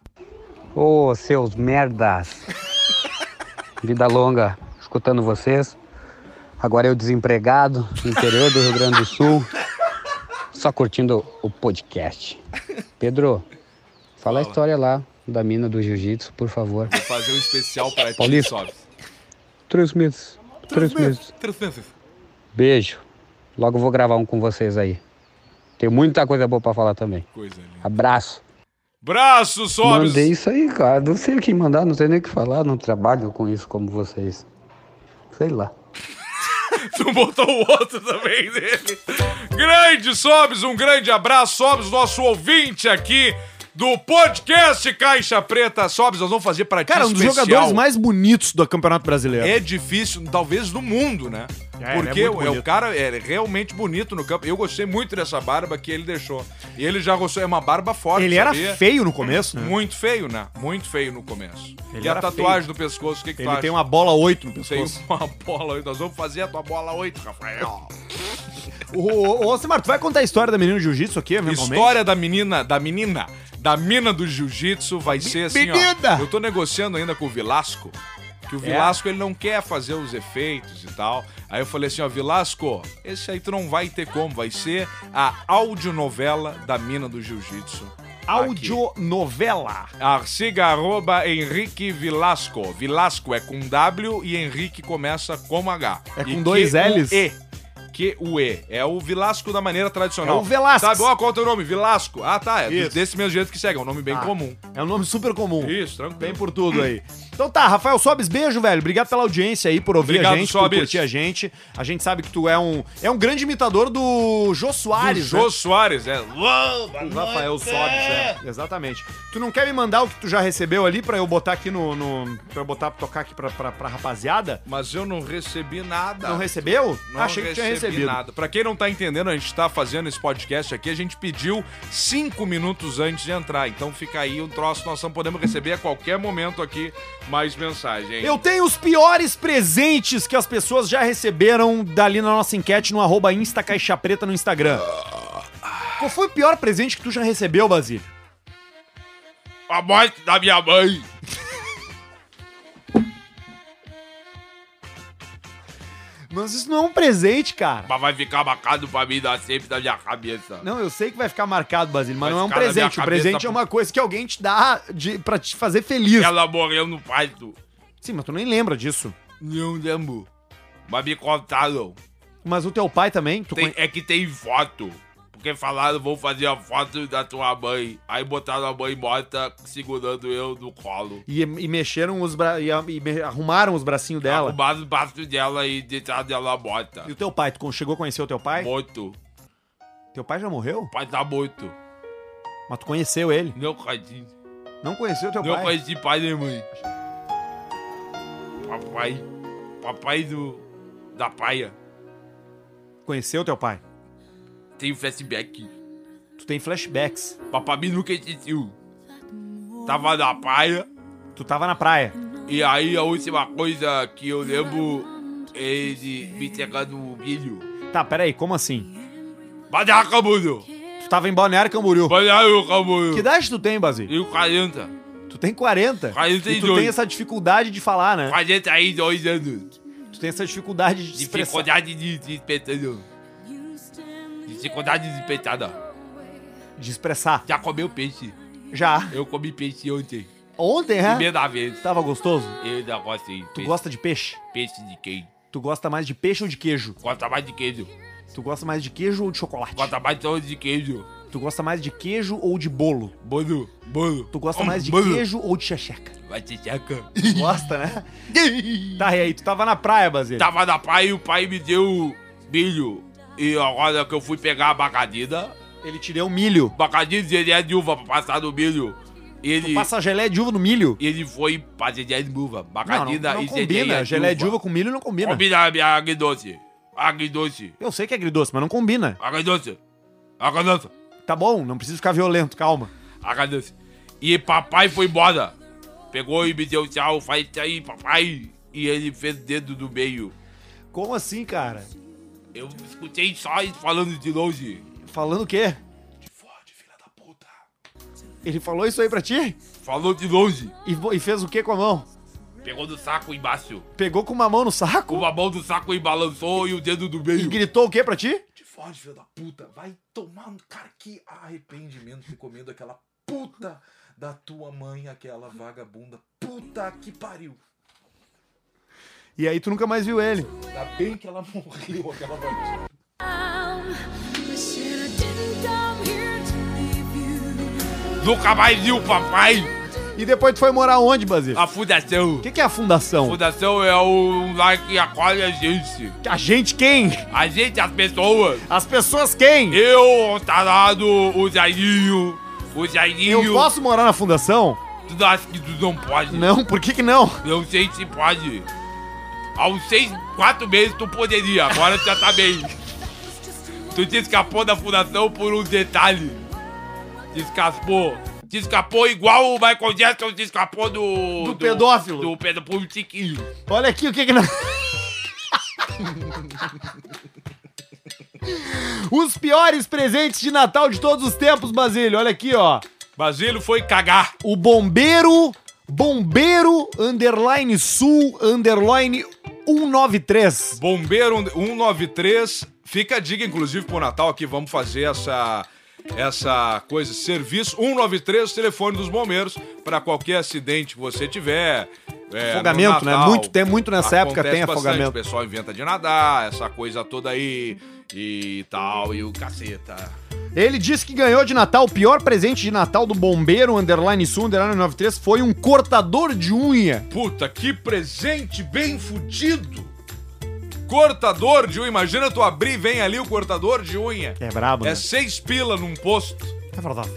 Speaker 5: Ô, seus merdas! Vida longa, escutando vocês. Agora eu desempregado, no interior do Rio Grande do Sul, só curtindo o podcast. Pedro, fala a história lá da mina do jiu-jitsu, por favor.
Speaker 2: Vou fazer um especial pra ti,
Speaker 5: Paulista.
Speaker 2: Sobs.
Speaker 5: Três meses. Três meses.
Speaker 2: Três meses.
Speaker 5: Beijo. Logo vou gravar um com vocês aí. Tem muita coisa boa pra falar também.
Speaker 2: Coisa linda.
Speaker 5: Abraço.
Speaker 2: Braço, Sobs. [laughs]
Speaker 5: Mandei isso aí, cara. Não sei o que mandar, não sei nem o que falar. Não trabalho com isso como vocês. Sei lá.
Speaker 2: Tu um botou o outro também dele. Grande Sobs, um grande abraço, Sobs, nosso ouvinte aqui do podcast Caixa Preta. Sobs, nós vamos fazer pra ti
Speaker 1: Cara, um dos
Speaker 2: especial.
Speaker 1: jogadores mais bonitos do Campeonato Brasileiro.
Speaker 2: É difícil, talvez do mundo, né?
Speaker 1: É,
Speaker 2: Porque
Speaker 1: ele é
Speaker 2: é
Speaker 1: muito
Speaker 2: o
Speaker 1: bonito.
Speaker 2: cara é realmente bonito no campo. Eu gostei muito dessa barba que ele deixou. E ele já gostou, é uma barba forte.
Speaker 1: Ele era
Speaker 2: sabia?
Speaker 1: feio no começo, né?
Speaker 2: Muito feio, né? Muito feio no começo.
Speaker 1: Ele
Speaker 2: e a
Speaker 1: era
Speaker 2: tatuagem do pescoço, o que, que tu
Speaker 1: Ele
Speaker 2: acha?
Speaker 1: tem uma bola 8 no
Speaker 2: Tem
Speaker 1: pescoço.
Speaker 2: uma bola 8. Nós vamos fazer a tua bola 8, Rafael.
Speaker 1: Ô, ô, ô, Alcimar, tu vai contar a história da menina do jiu-jitsu aqui, eventualmente?
Speaker 2: História da menina, da menina, da mina do jiu-jitsu vai ser assim,
Speaker 1: menina!
Speaker 2: ó. Eu tô negociando ainda com o Vilasco, que o Vilasco ele não quer fazer os efeitos e tal. Aí eu falei assim, ó, Vilasco, esse aí tu não vai ter como, vai ser a audionovela da mina do jiu-jitsu.
Speaker 1: Audionovela.
Speaker 2: Ah, Siga arroba Henrique Vilasco. Vilasco é com W e Henrique começa com H.
Speaker 1: É com
Speaker 2: E
Speaker 1: dois
Speaker 2: Q-U-E.
Speaker 1: Ls?
Speaker 2: Q-U-E. É o Vilasco da maneira tradicional.
Speaker 1: É o Velasco.
Speaker 2: Sabe, ó, qual é o teu nome? Vilasco. Ah, tá. É do-
Speaker 1: Isso.
Speaker 2: desse mesmo jeito que segue. É um nome bem
Speaker 1: Ah.
Speaker 2: comum.
Speaker 1: É um nome super comum.
Speaker 2: Isso, tranquilo.
Speaker 1: Bem por tudo aí. Então tá, Rafael Sobes, beijo, velho. Obrigado pela audiência aí, por ouvir
Speaker 2: Obrigado,
Speaker 1: a gente,
Speaker 2: Sobis.
Speaker 1: por curtir a gente. A gente sabe que tu é um, é um grande imitador do Jô
Speaker 2: O
Speaker 1: Soares,
Speaker 2: Jô Soares, é.
Speaker 1: né? Rafael Sobes, é. Exatamente. Tu não quer me mandar o que tu já recebeu ali pra eu botar aqui no... no pra eu botar, pra tocar aqui pra, pra, pra rapaziada?
Speaker 2: Mas eu não recebi nada.
Speaker 1: Não recebeu?
Speaker 2: Tá. Não
Speaker 1: Achei que tinha
Speaker 2: recebi
Speaker 3: E
Speaker 1: recebido.
Speaker 3: nada. Pra quem não tá entendendo, a gente tá fazendo esse podcast aqui, a gente pediu cinco minutos antes de entrar. Então fica aí um troço, nós não podemos receber a qualquer momento aqui mais mensagem. hein?
Speaker 1: Eu tenho os piores presentes que as pessoas já receberam dali na nossa enquete no arroba Insta Caixa Preta no Instagram. Qual foi o pior presente que tu já recebeu, Basílio?
Speaker 3: A morte da minha mãe!
Speaker 1: Mas isso não é um presente, cara.
Speaker 3: Mas vai ficar marcado pra mim dar sempre da minha cabeça.
Speaker 1: Não, eu sei que vai ficar marcado, Basílio, mas
Speaker 3: Vai
Speaker 1: não é um
Speaker 3: ficar na minha
Speaker 1: presente. O
Speaker 3: cabeça
Speaker 1: presente é
Speaker 3: por- É
Speaker 1: uma coisa que alguém te dá de, pra te fazer feliz.
Speaker 3: Ela morreu no parto.
Speaker 1: Sim, mas tu nem lembra disso.
Speaker 3: Não lembro. Mas me contaram.
Speaker 1: Mas o teu pai também? Tu
Speaker 3: Tem-
Speaker 1: conhe-
Speaker 3: é que tem foto. Porque falaram, vou fazer a foto da tua mãe. Aí botaram a mãe morta segurando eu no colo.
Speaker 1: E, e mexeram os bra... e, a- e me- arrumaram os bracinhos dela.
Speaker 3: Arrumaram o braço dela e deixaram dela morta.
Speaker 1: E o teu pai? Tu con- chegou a conhecer o teu pai?
Speaker 3: Morto.
Speaker 1: Teu pai já morreu?
Speaker 3: O pai tá morto.
Speaker 1: Mas tu conheceu ele?
Speaker 3: Não conheci.
Speaker 1: Não conheceu teu
Speaker 3: Não
Speaker 1: pai?
Speaker 3: conheci pai nem mãe. Papai. Papai do... Da paia.
Speaker 1: Conheceu teu pai?
Speaker 3: Tem flashback.
Speaker 1: Tu tem flashbacks.
Speaker 3: Papai me nunca existiu. Tava na praia.
Speaker 1: Tu tava na praia.
Speaker 3: E aí a última coisa que eu lembro é ele me entregando um milho. é
Speaker 1: Tá, peraí, como assim?
Speaker 3: Badar Camuro!
Speaker 1: Tu tava em Balneário Camboriú.
Speaker 3: Badar é o Camuro!
Speaker 1: Que idade tu tem, Basílio?
Speaker 3: E o 40?
Speaker 1: Tu tem 40.
Speaker 3: 42.
Speaker 1: E tu tem essa dificuldade de falar, né?
Speaker 3: 40 aí, dois anos.
Speaker 1: Tu tem essa dificuldade de expressar.
Speaker 3: Dificuldade de despertando. Dificuldade despertada.
Speaker 1: De expressar.
Speaker 3: Já comeu peixe?
Speaker 1: Já.
Speaker 3: Eu comi peixe ontem.
Speaker 1: Ontem, né?
Speaker 3: Primeira vez.
Speaker 1: Tava gostoso?
Speaker 3: Eu não gostei.
Speaker 1: Tu
Speaker 3: Peixe-
Speaker 1: gosta de peixe?
Speaker 3: Peixe de queijo.
Speaker 1: Tu gosta mais de peixe ou de queijo?
Speaker 3: Gosta mais de queijo.
Speaker 1: Tu gosta mais de queijo ou de chocolate?
Speaker 3: Gosta mais só de queijo.
Speaker 1: Tu gosta mais de queijo ou de bolo?
Speaker 3: Bolo, bolo.
Speaker 1: Tu gosta
Speaker 3: Hum,
Speaker 1: mais de
Speaker 3: bolo.
Speaker 1: queijo ou de xexeca?
Speaker 3: Vai te checa.
Speaker 1: Gosta, [laughs] né? tá, e aí? Tu tava na praia, Basílio?
Speaker 3: Tava na praia e o pai me deu milho. E agora que eu fui pegar a bacadina,
Speaker 1: Ele te deu um milho.
Speaker 3: bacadina ele é de uva pra passar no milho. Ele,
Speaker 1: Passa gelé de uva no milho.
Speaker 3: ele foi pra gelé de uva.
Speaker 1: Não, não,
Speaker 3: Bacadina
Speaker 1: não
Speaker 3: e
Speaker 1: combina. Gelé de uva com milho não combina.
Speaker 3: Combina a minha agridoce. Agridoce.
Speaker 1: Eu sei que é agridoce, mas não combina.
Speaker 3: Agridoce. Agridoce.
Speaker 1: Tá bom, não precisa ficar violento, calma.
Speaker 3: Agridoce. E papai foi embora. Pegou e me deu tchau. Faz isso aí, papai. E ele fez o dedo do meio.
Speaker 1: Como assim, cara?
Speaker 3: Eu escutei só isso falando de longe.
Speaker 1: Falando o quê?
Speaker 3: Fode, filha da puta.
Speaker 1: Ele falou isso aí pra ti?
Speaker 3: Falou de longe.
Speaker 1: E, vo- e fez o quê com a mão?
Speaker 3: Pegou do saco embaixo.
Speaker 1: Pegou com uma mão no saco?
Speaker 3: Com a mão do saco e balançou e o dedo do
Speaker 1: E
Speaker 3: meio.
Speaker 1: gritou o quê pra ti?
Speaker 6: Te fode, filho da puta. Vai tomar no. Cara, que arrependimento de comendo aquela puta da tua mãe, aquela vagabunda. Puta que pariu.
Speaker 1: E aí tu nunca mais viu ele.
Speaker 6: Ainda bem que ela morreu, aquela vagabunda.
Speaker 3: Nunca mais viu o papai.
Speaker 1: E depois tu foi morar onde, Basílio?
Speaker 3: A fundação.
Speaker 1: O que, que é a fundação?
Speaker 3: Fundação é um lugar que acolhe a gente.
Speaker 1: A gente quem?
Speaker 3: A gente, as pessoas.
Speaker 1: As pessoas quem?
Speaker 3: Eu, o Tarado, o Jairinho. O Jairinho.
Speaker 1: Eu posso morar na fundação?
Speaker 3: Tu acha que tu não pode?
Speaker 1: Não, por que que não?
Speaker 3: Não sei se pode. Aos seis, quatro meses tu poderia, agora tu já tá bem. Tu te escapou da fundação por um detalhe. Te escapou. Te escapou igual o Michael Jackson te escapou do.
Speaker 1: Do pedófilo.
Speaker 3: Do pedófilo Tiquinho.
Speaker 1: Olha aqui o que que não... [laughs] Os piores presentes de Natal de todos os tempos, Basílio. Olha aqui, ó.
Speaker 3: Basílio foi cagar.
Speaker 1: o bombeiro, bombeiro, underline sul, underline 193.
Speaker 3: Bombeiro 193. Fica a dica, inclusive, pro Natal aqui. Vamos fazer essa. Essa coisa, serviço 193, telefone dos bombeiros, para qualquer acidente que você tiver. é,
Speaker 1: Afogamento, né?
Speaker 3: no Natal.
Speaker 1: Muito, tem muito nessa época,
Speaker 3: Acontece
Speaker 1: tem
Speaker 3: bastante, O
Speaker 1: afogamento.
Speaker 3: pessoal inventa de nadar, essa coisa toda aí e tal, e o caceta.
Speaker 1: Ele disse que ganhou de Natal, o pior presente de Natal do bombeiro, underline sul, underline 93, foi um cortador de unha.
Speaker 3: Puta, que presente bem fudido! Cortador de unha, imagina tu abrir e vem ali o cortador de unha.
Speaker 1: É brabo, né?
Speaker 3: É seis pila num posto.
Speaker 1: É verdade.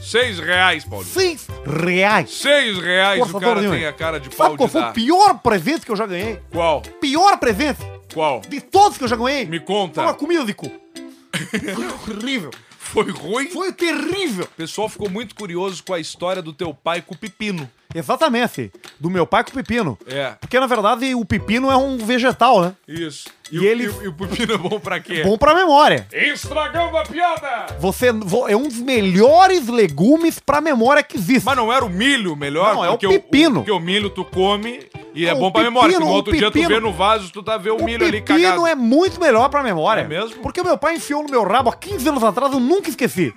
Speaker 3: Seis reais, Paulo.
Speaker 1: Seis reais.
Speaker 3: Seis reais, o
Speaker 1: Cortador
Speaker 3: cara
Speaker 1: de
Speaker 3: tem
Speaker 1: unha.
Speaker 3: a cara de pau
Speaker 1: Sabe qual
Speaker 3: de
Speaker 1: foi o
Speaker 3: dar.
Speaker 1: pior presente que eu já ganhei?
Speaker 3: Qual?
Speaker 1: Pior presente?
Speaker 2: Qual?
Speaker 1: De todos que eu já ganhei,
Speaker 2: Me
Speaker 1: foi uma
Speaker 2: conta.
Speaker 1: comida de cu. Foi
Speaker 2: [laughs]
Speaker 1: horrível.
Speaker 2: Foi ruim?
Speaker 1: Foi terrível.
Speaker 2: O pessoal ficou muito curioso com a história do teu pai com o pepino.
Speaker 1: Exatamente. Do meu pai com o pepino.
Speaker 2: É,
Speaker 1: Porque, na verdade, o pepino é um vegetal, né?
Speaker 2: isso. E,
Speaker 1: E
Speaker 2: o,
Speaker 1: ele-
Speaker 2: e o- e o pepino é bom pra quê?
Speaker 1: Bom pra memória.
Speaker 3: Estragando a piada!
Speaker 1: Você vo- é um dos melhores legumes pra memória que existe.
Speaker 2: Mas não era o milho melhor?
Speaker 1: Não, é o
Speaker 2: Porque
Speaker 1: pepino.
Speaker 2: porque o milho tu come e é
Speaker 1: Não,
Speaker 2: bom pra
Speaker 1: o
Speaker 2: memória. Se no
Speaker 1: pepino,
Speaker 2: outro
Speaker 1: o
Speaker 2: dia tu
Speaker 1: pepino-
Speaker 2: vê no vaso, tu tá vê o,
Speaker 1: o
Speaker 2: milho ali
Speaker 1: pepino
Speaker 2: cagado.
Speaker 1: é muito melhor pra memória.
Speaker 2: É mesmo?
Speaker 1: Porque meu pai enfiou no meu rabo há 15 anos atrás, eu nunca esqueci.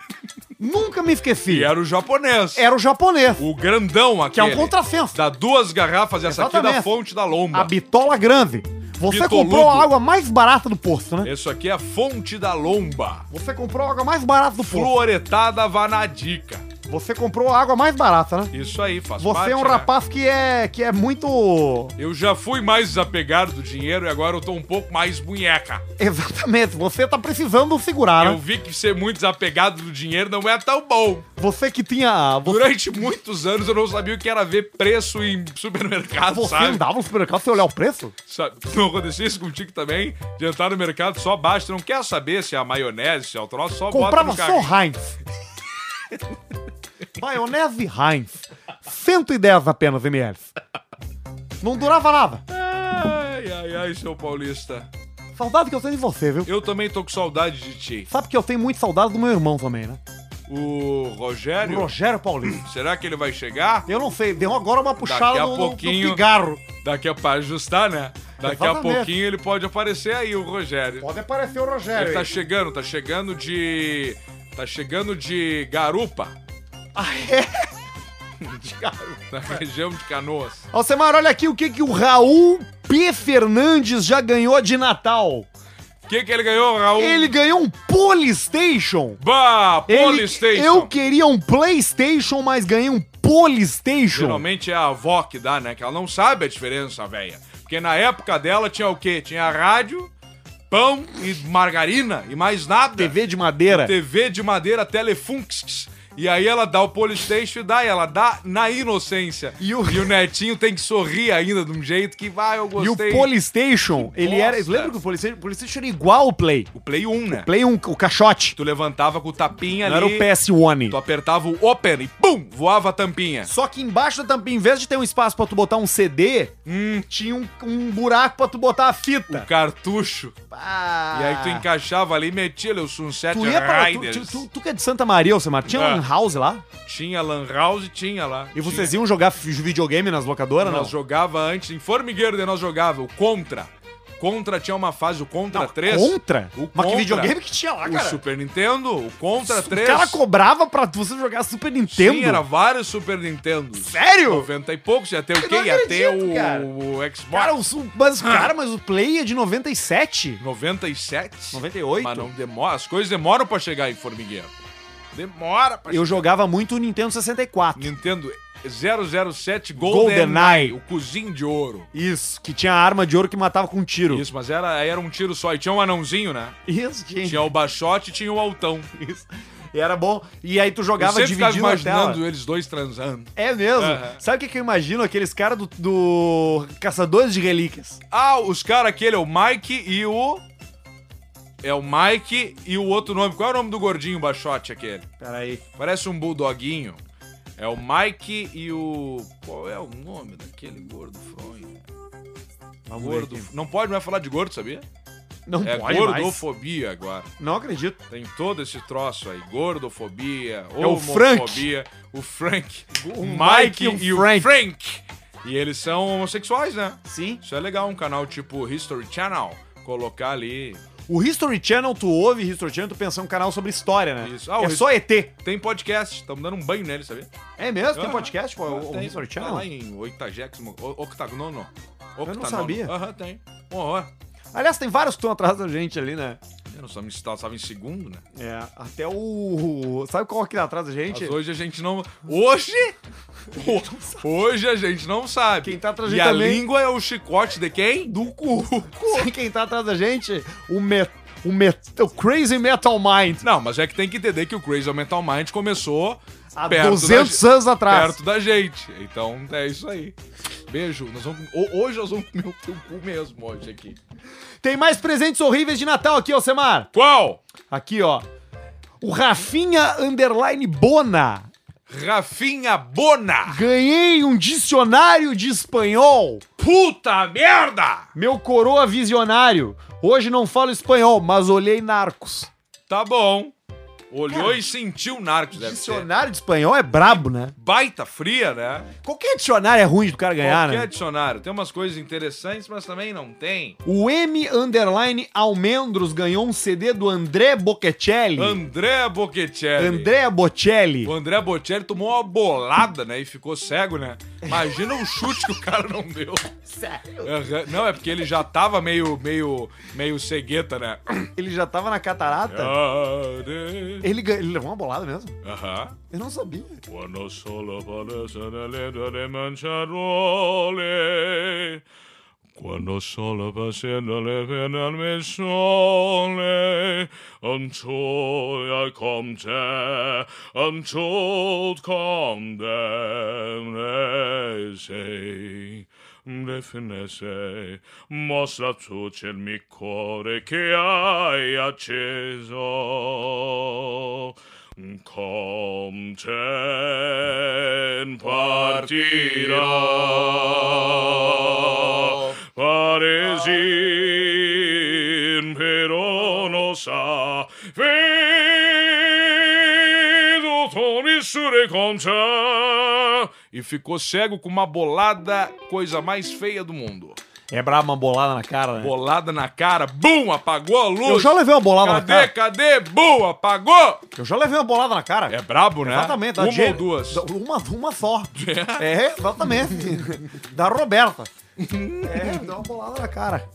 Speaker 1: nunca me esqueci.
Speaker 2: E era o japonês.
Speaker 1: Era o japonês,
Speaker 2: O grandão aqui.
Speaker 1: É. que é um contrassenso.
Speaker 2: Dá duas garrafas, essa aqui é da
Speaker 1: Exatamente.
Speaker 2: fonte da lomba.
Speaker 1: A bitola grande. Você
Speaker 2: Bitoludo.
Speaker 1: comprou a água mais barata do poço, né?
Speaker 2: Isso aqui é a fonte da lomba.
Speaker 1: Você comprou a água mais barata do poço.
Speaker 2: Fluoretada vanadica.
Speaker 1: Você comprou a água mais barata, né?
Speaker 2: Isso aí, faz parte.
Speaker 1: Você é um
Speaker 2: né?
Speaker 1: rapaz que é que é muito [laughs]
Speaker 2: Eu já fui mais desapegado do dinheiro e agora eu tô um pouco mais bunheca.
Speaker 1: Exatamente, você tá precisando segurar.
Speaker 2: Eu
Speaker 1: né?
Speaker 2: vi que ser muito desapegado do dinheiro não é tão bom.
Speaker 1: Você que tinha, você,
Speaker 2: Durante muitos anos eu não sabia o que era ver preço em supermercado,
Speaker 1: você
Speaker 2: sabe?
Speaker 1: andava no supermercado sem olhar o preço?
Speaker 2: Sabe? Não acontecia isso contigo também? De entrar no mercado só basta, não quer saber se é a maionese, se é o troço, só bota
Speaker 1: Comprava
Speaker 2: no
Speaker 1: só
Speaker 2: carrinho.
Speaker 1: Heinz. [laughs] Maionese Heinz. 110 apenas ml. Não durava nada.
Speaker 2: Ai, ai, ai, seu paulista.
Speaker 1: Saudade que eu tenho de você, viu?
Speaker 2: Eu também tô com saudade de ti.
Speaker 1: Sabe que eu tenho muito saudade do meu irmão também, né?
Speaker 2: O
Speaker 1: O
Speaker 2: Rogério,
Speaker 1: Rogério Paulista.
Speaker 2: será que ele vai chegar?
Speaker 1: Eu não sei, deu agora uma puxada
Speaker 2: Daqui a
Speaker 1: no,
Speaker 2: pouquinho-
Speaker 1: no, no pigarro.
Speaker 2: Daqui a para ajustar, né? Daqui a
Speaker 1: Exatamente.
Speaker 2: pouquinho ele pode aparecer aí, o Rogério.
Speaker 1: Pode aparecer o Rogério.
Speaker 2: Ele tá
Speaker 1: aí.
Speaker 2: chegando, tá chegando de. Tá chegando de garupa.
Speaker 1: Ah, é?
Speaker 2: [laughs]
Speaker 1: De garupa.
Speaker 2: Na região de canoas.
Speaker 1: Alcemar, olha aqui o que, que o Raul P. Fernandes já ganhou de Natal.
Speaker 2: O que, que ele ganhou, Raul?
Speaker 1: Ele ganhou um Polystation.
Speaker 2: Bah,
Speaker 1: Ele-
Speaker 2: Polystation!
Speaker 1: Eu queria um PlayStation, mas ganhei um Polystation.
Speaker 2: Geralmente é a avó que dá, né? Que ela não sabe a diferença, velha. Porque na época dela tinha o quê? Tinha rádio, pão e margarina e mais nada.
Speaker 1: TV de madeira.
Speaker 2: TV de madeira Telefunks. E aí ela dá o Polystation e dá, e ela dá na inocência.
Speaker 1: E o-
Speaker 2: netinho tem que sorrir ainda de um jeito que vai,
Speaker 1: E
Speaker 2: eu
Speaker 1: o
Speaker 2: gostei.
Speaker 1: Polystation, ele era.
Speaker 2: bosta.
Speaker 1: Lembra que o Polystation, o Polystation era igual ao Play?
Speaker 2: O Play 1, né?
Speaker 1: Play um, o caixote.
Speaker 2: Tu levantava com o tapinha
Speaker 1: Não era o
Speaker 2: ali,
Speaker 1: PS1.
Speaker 2: tu apertava o Open e pum, voava a tampinha.
Speaker 1: Só que embaixo da tampinha, em vez de ter um espaço pra tu botar um CD, tinha um, um buraco pra tu botar a
Speaker 2: Hum. O
Speaker 1: fita.
Speaker 2: cartucho.
Speaker 1: Ah.
Speaker 2: E aí tu encaixava ali e metia ali o Sunset
Speaker 1: Tu ia pra. Tu,
Speaker 2: Riders.
Speaker 1: tu- tu- tu que é de Santa Maria, Alcemar, tinha
Speaker 2: Ah.
Speaker 1: um house lá?
Speaker 2: Tinha Lan House, tinha lá.
Speaker 1: E vocês
Speaker 2: tinha.
Speaker 1: iam jogar fi- videogame nas locadoras, não?
Speaker 2: Nós jogava antes, em Formigueiro de nós jogava o Contra. Contra tinha uma fase, o Contra 3.
Speaker 1: Contra?
Speaker 2: O
Speaker 1: Mas
Speaker 2: Contra.
Speaker 1: que videogame que tinha lá,
Speaker 2: O
Speaker 1: cara?
Speaker 2: Super Nintendo, o Contra 3.
Speaker 1: O cara cobrava pra você jogar Super Nintendo?
Speaker 2: Sim, era vários Super Nintendos.
Speaker 1: Sério?
Speaker 2: 90 e poucos, ia ter o
Speaker 1: Eu
Speaker 2: quê?
Speaker 1: não
Speaker 2: Ia ter
Speaker 1: acredito,
Speaker 2: o,
Speaker 1: cara.
Speaker 2: o Xbox.
Speaker 1: Cara, o, su- mas,
Speaker 2: Ah.
Speaker 1: cara, mas o Play é de 97?
Speaker 2: 97?
Speaker 1: 98?
Speaker 2: Mas não demora, as coisas demoram pra chegar em Formigueiro. Demora pra
Speaker 1: Eu jogava muito o Nintendo 64.
Speaker 2: Nintendo 007
Speaker 1: GoldenEye.
Speaker 2: GoldenEye, o cozinho de ouro.
Speaker 1: Isso, que tinha a arma de ouro que matava com um tiro.
Speaker 2: Isso, mas era, era um tiro só. E tinha um anãozinho, né?
Speaker 1: Isso, gente.
Speaker 2: Tinha o baixote e tinha o altão.
Speaker 1: Isso. E era bom. E aí tu
Speaker 2: Eu
Speaker 1: jogava
Speaker 2: sempre ficava
Speaker 1: dividindo a
Speaker 2: imaginando
Speaker 1: tela.
Speaker 2: eles dois transando.
Speaker 1: É mesmo.
Speaker 2: Aham.
Speaker 1: Sabe o que, que eu imagino? Aqueles caras do, do Caçadores de Relíquias.
Speaker 2: Ah, os caras aquele é o Mike e o... É o Mike e o outro nome. Qual é o nome do gordinho baixote aquele?
Speaker 1: Peraí.
Speaker 2: Parece um bulldoguinho. É o Mike e o... Qual é o nome daquele gordo fronho?
Speaker 1: Vamos ver
Speaker 2: Gordo...
Speaker 1: aqui.
Speaker 2: Não pode mais falar de gordo, sabia?
Speaker 1: Não
Speaker 2: É
Speaker 1: pode mais.
Speaker 2: gordofobia agora.
Speaker 1: Não acredito.
Speaker 2: Tem todo esse troço aí, gordofobia,
Speaker 1: É o
Speaker 2: homofobia, o Frank,
Speaker 1: O
Speaker 2: o Mike
Speaker 1: Mike
Speaker 2: e o Frank. E eles são homossexuais, né?
Speaker 1: Sim.
Speaker 2: Isso é legal, um canal tipo History Channel, colocar ali.
Speaker 1: O History Channel, tu ouve History Channel, tu pensa em um canal sobre história, né?
Speaker 2: Isso. Ah, o
Speaker 1: é
Speaker 2: His-
Speaker 1: só ET.
Speaker 2: Tem podcast, estamos dando um banho nele, sabia?
Speaker 1: É mesmo? Tem
Speaker 2: Aham.
Speaker 1: podcast? Pô,
Speaker 2: Ah,
Speaker 1: o, o
Speaker 2: tem.
Speaker 1: History
Speaker 2: Tá
Speaker 1: Channel?
Speaker 2: lá em oitagésimo, o- octagnono.
Speaker 1: não
Speaker 2: Octanono.
Speaker 1: sabia.
Speaker 2: Aham, tem. Um horror.
Speaker 1: Aliás, tem vários que estão atrás da gente ali, né?
Speaker 2: Eu não sabia, estava em segundo, né?
Speaker 1: É, até o. Sabe qual que tá atrás da gente?
Speaker 2: Mas hoje a gente não. Hoje?
Speaker 1: [laughs]
Speaker 2: Hoje a gente não sabe.
Speaker 1: Quem tá atrás
Speaker 2: E
Speaker 1: de
Speaker 2: a
Speaker 1: também-
Speaker 2: língua é o chicote de quem?
Speaker 1: Do cu. Sabe quem tá atrás da gente? O Met. O, met... o Crazy Metal Mind.
Speaker 2: Não, mas é que tem que entender que o Crazy Mental Mind começou
Speaker 1: Há
Speaker 2: perto da
Speaker 1: 200
Speaker 2: ge-
Speaker 1: anos atrás.
Speaker 2: perto da gente. Então é isso aí. Beijo. Nós vamos... ho- Hoje nós vamos comer o teu cu mesmo hoje aqui.
Speaker 1: Tem mais presentes horríveis de Natal aqui, Alcemar.
Speaker 2: Qual?
Speaker 1: Aqui, ó. O Rafinha Underline Bona.
Speaker 2: Rafinha Bona.
Speaker 1: Ganhei um dicionário de espanhol.
Speaker 2: Puta merda!
Speaker 1: Meu coroa visionário. Hoje não falo espanhol, mas olhei narcos.
Speaker 2: Tá bom. Olhou e sentiu o narcos, deve ser.
Speaker 1: Dicionário de espanhol é brabo, né?
Speaker 2: Baita fria, né?
Speaker 1: Qualquer dicionário é ruim do cara ganhar,
Speaker 2: Qualquer
Speaker 1: né?
Speaker 2: dicionário. Tem umas coisas interessantes, mas também não tem.
Speaker 1: O M Underline Almendros ganhou um CD do André Bocelli.
Speaker 2: André Bocelli.
Speaker 1: André Bocelli.
Speaker 2: O André Bocelli tomou uma bolada, né? E ficou cego, né? Imagina o chute que o cara não deu.
Speaker 1: Sério?
Speaker 2: Aham. Não, é porque ele já tava meio, meio, meio cegueta, né?
Speaker 1: Ele já tava na catarata?
Speaker 2: Aham.
Speaker 1: Ele, gan- ele levou uma bolada mesmo? Eu não sabia.
Speaker 2: Quando solo aparece né, nell'era di manciarole, quando solo né, passando le pene al mio sole, until I come to, until come down, they say. Le finesse, mostra tu c'è il mio cuore che hai acceso. Come ten partirà Paresin però non sa Vedo Tony Sure con te E ficou cego com uma bolada, coisa mais feia do mundo.
Speaker 1: É brabo uma bolada na cara, né?
Speaker 2: Bolada na cara, bum, apagou a luz.
Speaker 1: Eu já levei uma bolada na
Speaker 2: Cadê,
Speaker 1: cara.
Speaker 2: cadê? Bum, apagou.
Speaker 1: Eu já levei uma bolada na cara.
Speaker 2: É brabo, né?
Speaker 1: Exatamente. da
Speaker 2: Uma
Speaker 1: Jenny.
Speaker 2: ou duas.
Speaker 1: Da- Uma, uma só. É, exatamente. [laughs] da Roberta. É, deu uma bolada na cara.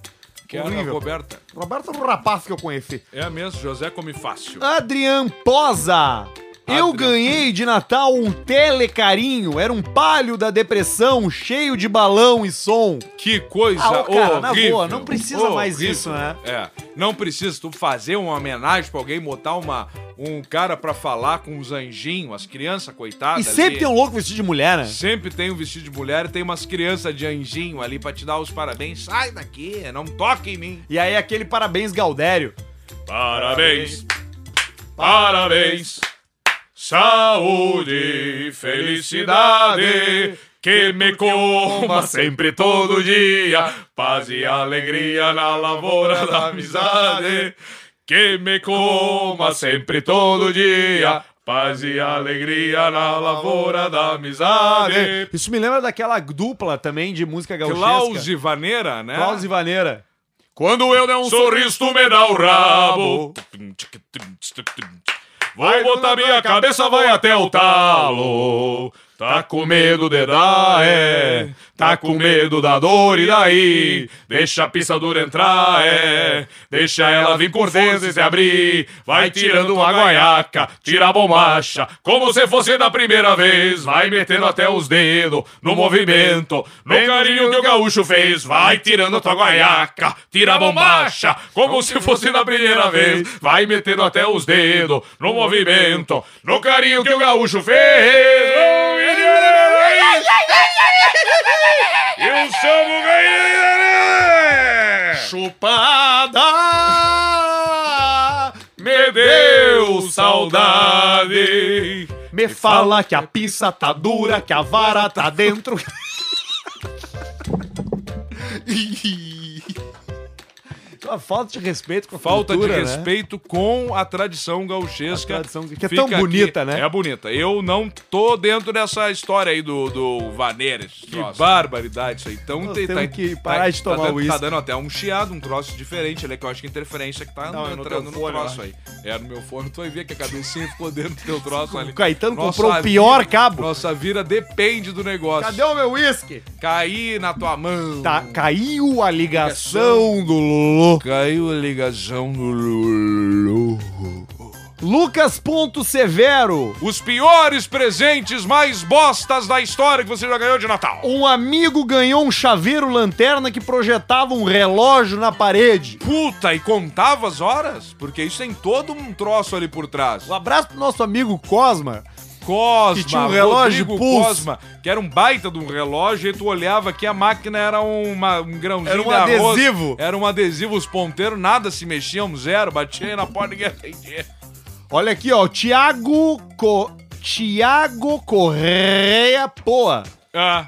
Speaker 2: Que era a
Speaker 1: Horrível.
Speaker 2: Roberta.
Speaker 1: Roberta era um rapaz que eu conheci.
Speaker 2: É mesmo, José come fácil.
Speaker 1: Adrian Poza. Eu
Speaker 2: Adrian.
Speaker 1: ganhei de Natal um telecarinho. Era um palho da depressão, cheio de balão e som.
Speaker 2: Que coisa
Speaker 1: Ah, ô, cara, na
Speaker 2: horrível.
Speaker 1: boa, não precisa mais isso, né?
Speaker 2: É, não precisa tu fazer uma homenagem pra alguém, botar uma, um cara pra falar com os anjinhos, as crianças,
Speaker 1: E
Speaker 2: coitadas.
Speaker 1: sempre
Speaker 2: ali.
Speaker 1: tem um louco vestido de mulher, né?
Speaker 2: Sempre tem um vestido de mulher e tem umas crianças de anjinho ali pra te dar os parabéns. Sai daqui, não toque em mim.
Speaker 1: E aí aquele parabéns Gaudério.
Speaker 2: Parabéns, parabéns, saúde, felicidade, que me coma sempre todo dia, paz e alegria na lavoura da amizade, que me coma sempre todo dia, paz e alegria na lavoura da amizade.
Speaker 1: Isso me lembra daquela dupla também de música gaúchesca.
Speaker 2: Klaus Vaneira, né?
Speaker 1: Klaus e Vaneira.
Speaker 2: Quando eu der um sorriso, tu me dá o rabo. Vou botar minha cabeça, vai até o talo. Tá com medo de dar, é. Tá com medo da dor, e daí? Deixa a pista dura entrar, é. Deixa ela vir com força e se abrir. Vai tirando uma guaiaca, tira a bombacha. Como se fosse da primeira vez. Vai metendo até os dedos no movimento. No carinho que o gaúcho fez. Vai tirando a tua guaiaca, tira a bombacha. Como se fosse da primeira vez. Vai metendo até os dedos no movimento. No carinho que o gaúcho fez. Eu chamo ganhar! Chupada! Me deu saudade!
Speaker 1: Me fala que a pizza tá dura, que a vara tá
Speaker 2: [laughs]
Speaker 1: dentro. Uma falta de respeito com a
Speaker 2: Falta
Speaker 1: cultura,
Speaker 2: de
Speaker 1: né?
Speaker 2: respeito com a tradição gauchesca.
Speaker 1: A tradição que é
Speaker 2: Fica
Speaker 1: tão bonita, né?
Speaker 2: É bonita. Eu não tô dentro dessa história aí do, do Vaneres. Que barbaridade isso aí. Então
Speaker 1: Nós
Speaker 2: tem-
Speaker 1: temos que parar de tomar
Speaker 2: tá dando,
Speaker 1: uísque.
Speaker 2: Tá dando até um chiado, um troço diferente ali, que eu acho que é interferência que tá
Speaker 1: Não, é no
Speaker 2: entrando
Speaker 1: teu
Speaker 2: no,
Speaker 1: fone,
Speaker 2: troço aí. É, no meu fone. Tu vai ver que a cabecinha ficou dentro do teu troço ali.
Speaker 1: O Caetano
Speaker 2: Nossa
Speaker 1: comprou o
Speaker 2: vida-
Speaker 1: pior cabo.
Speaker 2: Nossa vida depende do negócio.
Speaker 1: Cadê o meu uísque?
Speaker 2: Cair na tua mão.
Speaker 1: Tá, caiu a ligação do Lulu.
Speaker 2: Caiu a ligação do Lulu.
Speaker 1: Lucas.severo.
Speaker 2: Os piores presentes mais bostas da história que você já ganhou de Natal.
Speaker 1: Um amigo ganhou um chaveiro lanterna que projetava um relógio na parede.
Speaker 2: Puta, e contava as horas? Porque isso tem todo um troço ali por trás.
Speaker 1: Um abraço pro nosso amigo Cosma.
Speaker 2: Cosma.
Speaker 1: Que tinha um relógio
Speaker 2: Rodrigo
Speaker 1: Pulse.
Speaker 2: Cosma, que era um baita de um relógio, e tu olhava que a máquina era uma, um grãozinho
Speaker 1: Era um
Speaker 2: de arroz.
Speaker 1: adesivo.
Speaker 2: Era um adesivo, os ponteiros, nada se mexiam, zero, batia aí na porta, ninguém atendia.
Speaker 1: Olha aqui, ó. o Tiago Co... Tiago Correia Poa.
Speaker 2: Ah,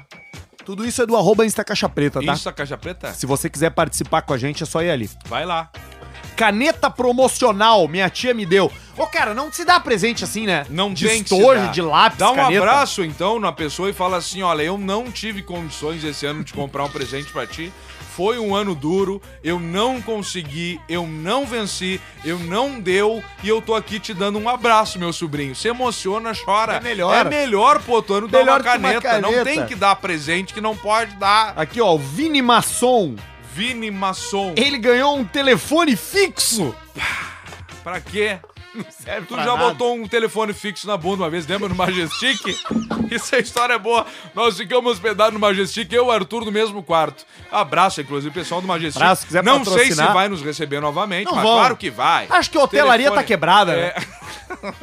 Speaker 1: Tudo isso é do arroba Insta Caixa Preta, tá?
Speaker 2: isso a caixa preta?
Speaker 1: Se você quiser participar com a gente, é só ir ali.
Speaker 2: Vai lá.
Speaker 1: Caneta promocional, minha tia me deu. Ô, cara, não se dá presente assim, né?
Speaker 2: Não
Speaker 1: de
Speaker 2: tem que se
Speaker 1: estojo,
Speaker 2: dar.
Speaker 1: de lápis,
Speaker 2: Dá um
Speaker 1: caneta.
Speaker 2: abraço, então, na pessoa e fala assim, olha, eu não tive condições esse ano de comprar um presente pra ti. Foi um ano duro, eu não consegui, eu não venci, eu não deu e eu tô aqui te dando um abraço, meu sobrinho. Se emociona, chora.
Speaker 1: É melhor.
Speaker 2: É melhor pro outro ano dar
Speaker 1: Melhor
Speaker 2: uma
Speaker 1: que uma
Speaker 2: caneta. Não
Speaker 1: caneta.
Speaker 2: tem que dar presente que não pode dar.
Speaker 1: Aqui, ó, o Vini Masson.
Speaker 2: Vini Masson,
Speaker 1: Ele ganhou um telefone fixo.
Speaker 2: pra quê?
Speaker 1: Serve
Speaker 2: Tu já botou um telefone fixo na bunda uma vez, lembra? No Majestic? [laughs] Isso é história boa. Nós ficamos hospedados no Majestic, eu e o Arthur no mesmo quarto. Abraço, inclusive, o pessoal do Majestic.
Speaker 1: Abraço, se quiser
Speaker 2: Não sei se
Speaker 1: patrocinar.
Speaker 2: vai nos receber novamente,
Speaker 1: Não
Speaker 2: mas
Speaker 1: vão.
Speaker 2: claro que vai.
Speaker 1: Acho que a hotelaria
Speaker 2: Telefone-
Speaker 1: tá quebrada,
Speaker 2: É,
Speaker 1: né?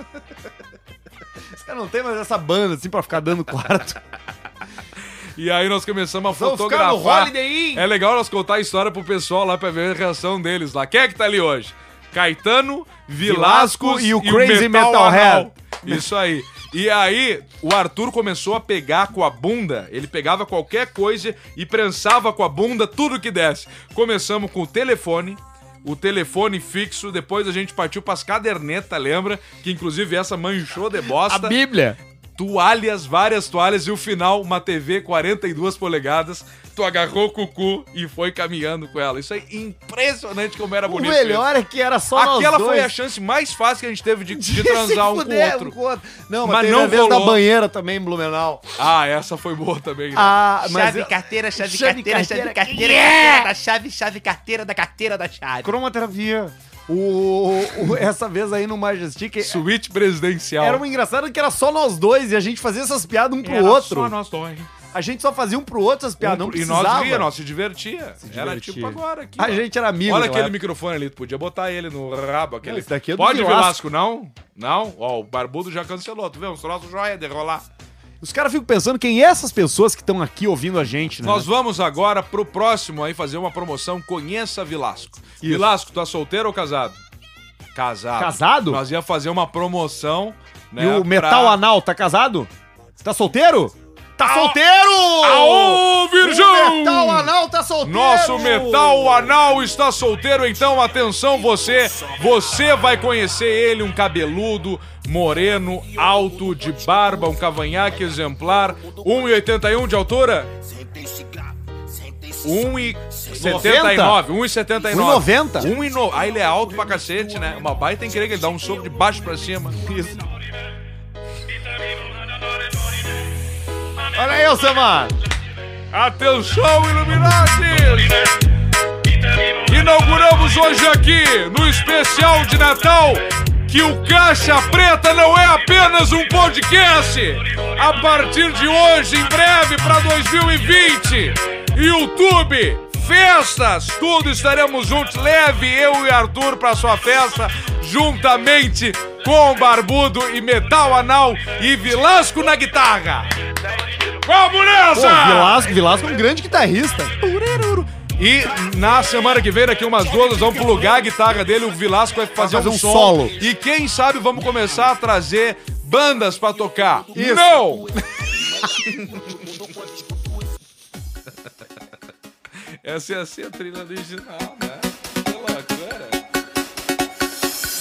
Speaker 1: Os caras não tem mais essa banda, assim, pra ficar dando quarto.
Speaker 2: E aí nós começamos a
Speaker 1: Vamos ficar
Speaker 2: fotografar.
Speaker 1: no Holiday Inn.
Speaker 2: É legal nós contar a história pro pessoal lá pra ver a reação deles lá. Quem é que tá ali hoje? Caetano, Vilascos
Speaker 1: e o Crazy Metalhead.
Speaker 2: Anal. Isso aí. E aí, o Arthur começou a pegar com a bunda. Ele pegava qualquer coisa e prensava com a bunda tudo que desse. Começamos com o telefone, o telefone fixo. Depois a gente partiu pras cadernetas, lembra? Que inclusive essa manchou de bosta
Speaker 1: Bíblia.
Speaker 2: toalhas, várias toalhas e o final, uma TV 42 polegadas. Tu agarrou o cucu e foi caminhando com ela. Isso é impressionante como era
Speaker 1: O
Speaker 2: bonito.
Speaker 1: melhor é que era só
Speaker 2: isso.
Speaker 1: nós
Speaker 2: Aquela
Speaker 1: dois.
Speaker 2: foi
Speaker 1: [laughs]
Speaker 2: a chance mais fácil que a gente teve de,
Speaker 1: Se
Speaker 2: de transar um com o
Speaker 1: fuder
Speaker 2: outro.
Speaker 1: um com o outro. Não,
Speaker 2: Mas
Speaker 1: mas, teve
Speaker 2: não
Speaker 1: a vez
Speaker 2: rolou.
Speaker 1: da banheira também em Blumenau.
Speaker 2: Ah, essa foi boa também. Né?
Speaker 1: Ah, mas
Speaker 7: Chave, carteira, chave,
Speaker 1: Chave,
Speaker 7: carteira,
Speaker 1: carteira,
Speaker 7: chave, carteira, carteira da chave, chave, carteira da carteira da chave.
Speaker 1: cromaterapia. O, o- essa vez aí no Majestic
Speaker 2: Suíte presidencial.
Speaker 1: era um engraçado que era só nós dois e a gente fazia essas piadas um pro
Speaker 2: Era
Speaker 1: outro.
Speaker 2: Só nós dois.
Speaker 1: A gente só fazia um pro outro essas piadas, não
Speaker 2: e
Speaker 1: precisava.
Speaker 2: nós ria, nós se divertia. Era
Speaker 1: divertia.
Speaker 2: tipo agora aqui.
Speaker 1: A
Speaker 2: ó.
Speaker 1: gente era amigo.
Speaker 2: Olha
Speaker 1: naquela
Speaker 2: aquele microfone ali, tu podia botar ele no rabo. Aquele...
Speaker 1: Não, esse daqui é do
Speaker 2: Pode,
Speaker 1: Vilasco.
Speaker 2: Velasco, não? Não? Ó, o barbudo já cancelou, tu vê? Uns troços joia de rolar.
Speaker 1: Os caras ficam pensando quem é essas pessoas que estão aqui ouvindo a gente, né?
Speaker 2: Nós vamos agora pro próximo aí fazer uma promoção Conheça Vilasco. Vilasco, tu é solteiro ou casado? Casado.
Speaker 1: Casado?
Speaker 2: Nós ia fazer uma promoção, né?
Speaker 1: E o metal anal, tá casado? Você tá solteiro? Tá solteiro!
Speaker 2: Aô,
Speaker 1: O
Speaker 2: Virgão!
Speaker 1: metal anal tá solteiro!
Speaker 2: Nosso metal anal está solteiro, então atenção você. Você vai conhecer ele, um cabeludo, moreno, alto, de barba, um cavanhaque exemplar, 1,81 de altura? 1,79. 1,79.
Speaker 1: 1,90.
Speaker 2: 1,90. Aí ele é alto pra cacete, né? Uma baita incrível, ele dá um soco de baixo pra cima. Isso.
Speaker 1: Olha aí, Alcemar!
Speaker 2: Atenção, Illuminati! Inauguramos hoje aqui, no especial de Natal, que o Caixa Preta não é apenas um podcast. A partir de hoje, em breve, para 2020, YouTube, festas, tudo estaremos juntos. Leve eu e Arthur para sua festa, juntamente com Barbudo e Metal Anal e Vilasco na guitarra. Vamos
Speaker 1: Pô,
Speaker 2: nessa!
Speaker 1: Vilasco, Vilasco é um grande guitarrista.
Speaker 2: E na semana que vem, daqui umas duas, nós vamos plugar a guitarra dele. O Vilasco vai fazer,
Speaker 1: Vai fazer
Speaker 2: um,
Speaker 1: um
Speaker 2: som.
Speaker 1: solo.
Speaker 2: E quem sabe vamos começar a trazer bandas pra tocar. Não!
Speaker 1: [laughs]
Speaker 2: Essa é assim a trilha original, né?
Speaker 1: Ah.
Speaker 2: Que loucura.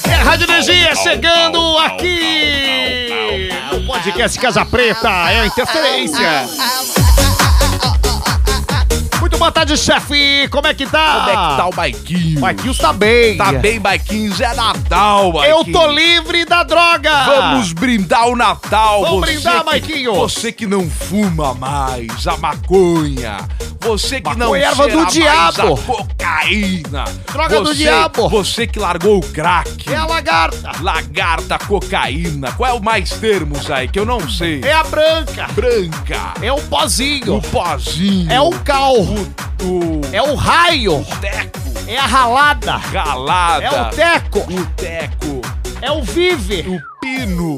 Speaker 1: É Rádio Energia chegando aqui! O podcast Casa Preta é a interferência. Muito boa tarde, chefe! Como é que tá?
Speaker 2: Como é que tá o Baiquinho?
Speaker 1: Marquinhos tá bem.
Speaker 2: Tá bem, Baiquinho. Já é Natal,
Speaker 1: Eu
Speaker 2: Baiquinho.
Speaker 1: tô livre da droga!
Speaker 2: Vamos brindar o Natal,
Speaker 1: Vamos
Speaker 2: você
Speaker 1: brindar,
Speaker 2: que-
Speaker 1: Maiquinho.
Speaker 2: Você que não fuma mais a maconha. Você que não
Speaker 1: Maconha é erva
Speaker 2: cheira
Speaker 1: do
Speaker 2: mais
Speaker 1: diabo.
Speaker 2: a cocaína.
Speaker 1: Droga do
Speaker 2: Você-
Speaker 1: diabo.
Speaker 2: Você que largou o crack.
Speaker 1: É a lagarta!
Speaker 2: Lagarta, cocaína. Qual é o mais termos aí que eu não sei?
Speaker 1: É a branca!
Speaker 2: branca.
Speaker 1: É o pozinho!
Speaker 2: O pozinho.
Speaker 1: É o cal!
Speaker 2: o
Speaker 1: É o raio!
Speaker 2: teco.
Speaker 1: É a ralada!
Speaker 2: Galada.
Speaker 1: É o teco!
Speaker 2: o teco.
Speaker 1: É o vive!
Speaker 2: O pino.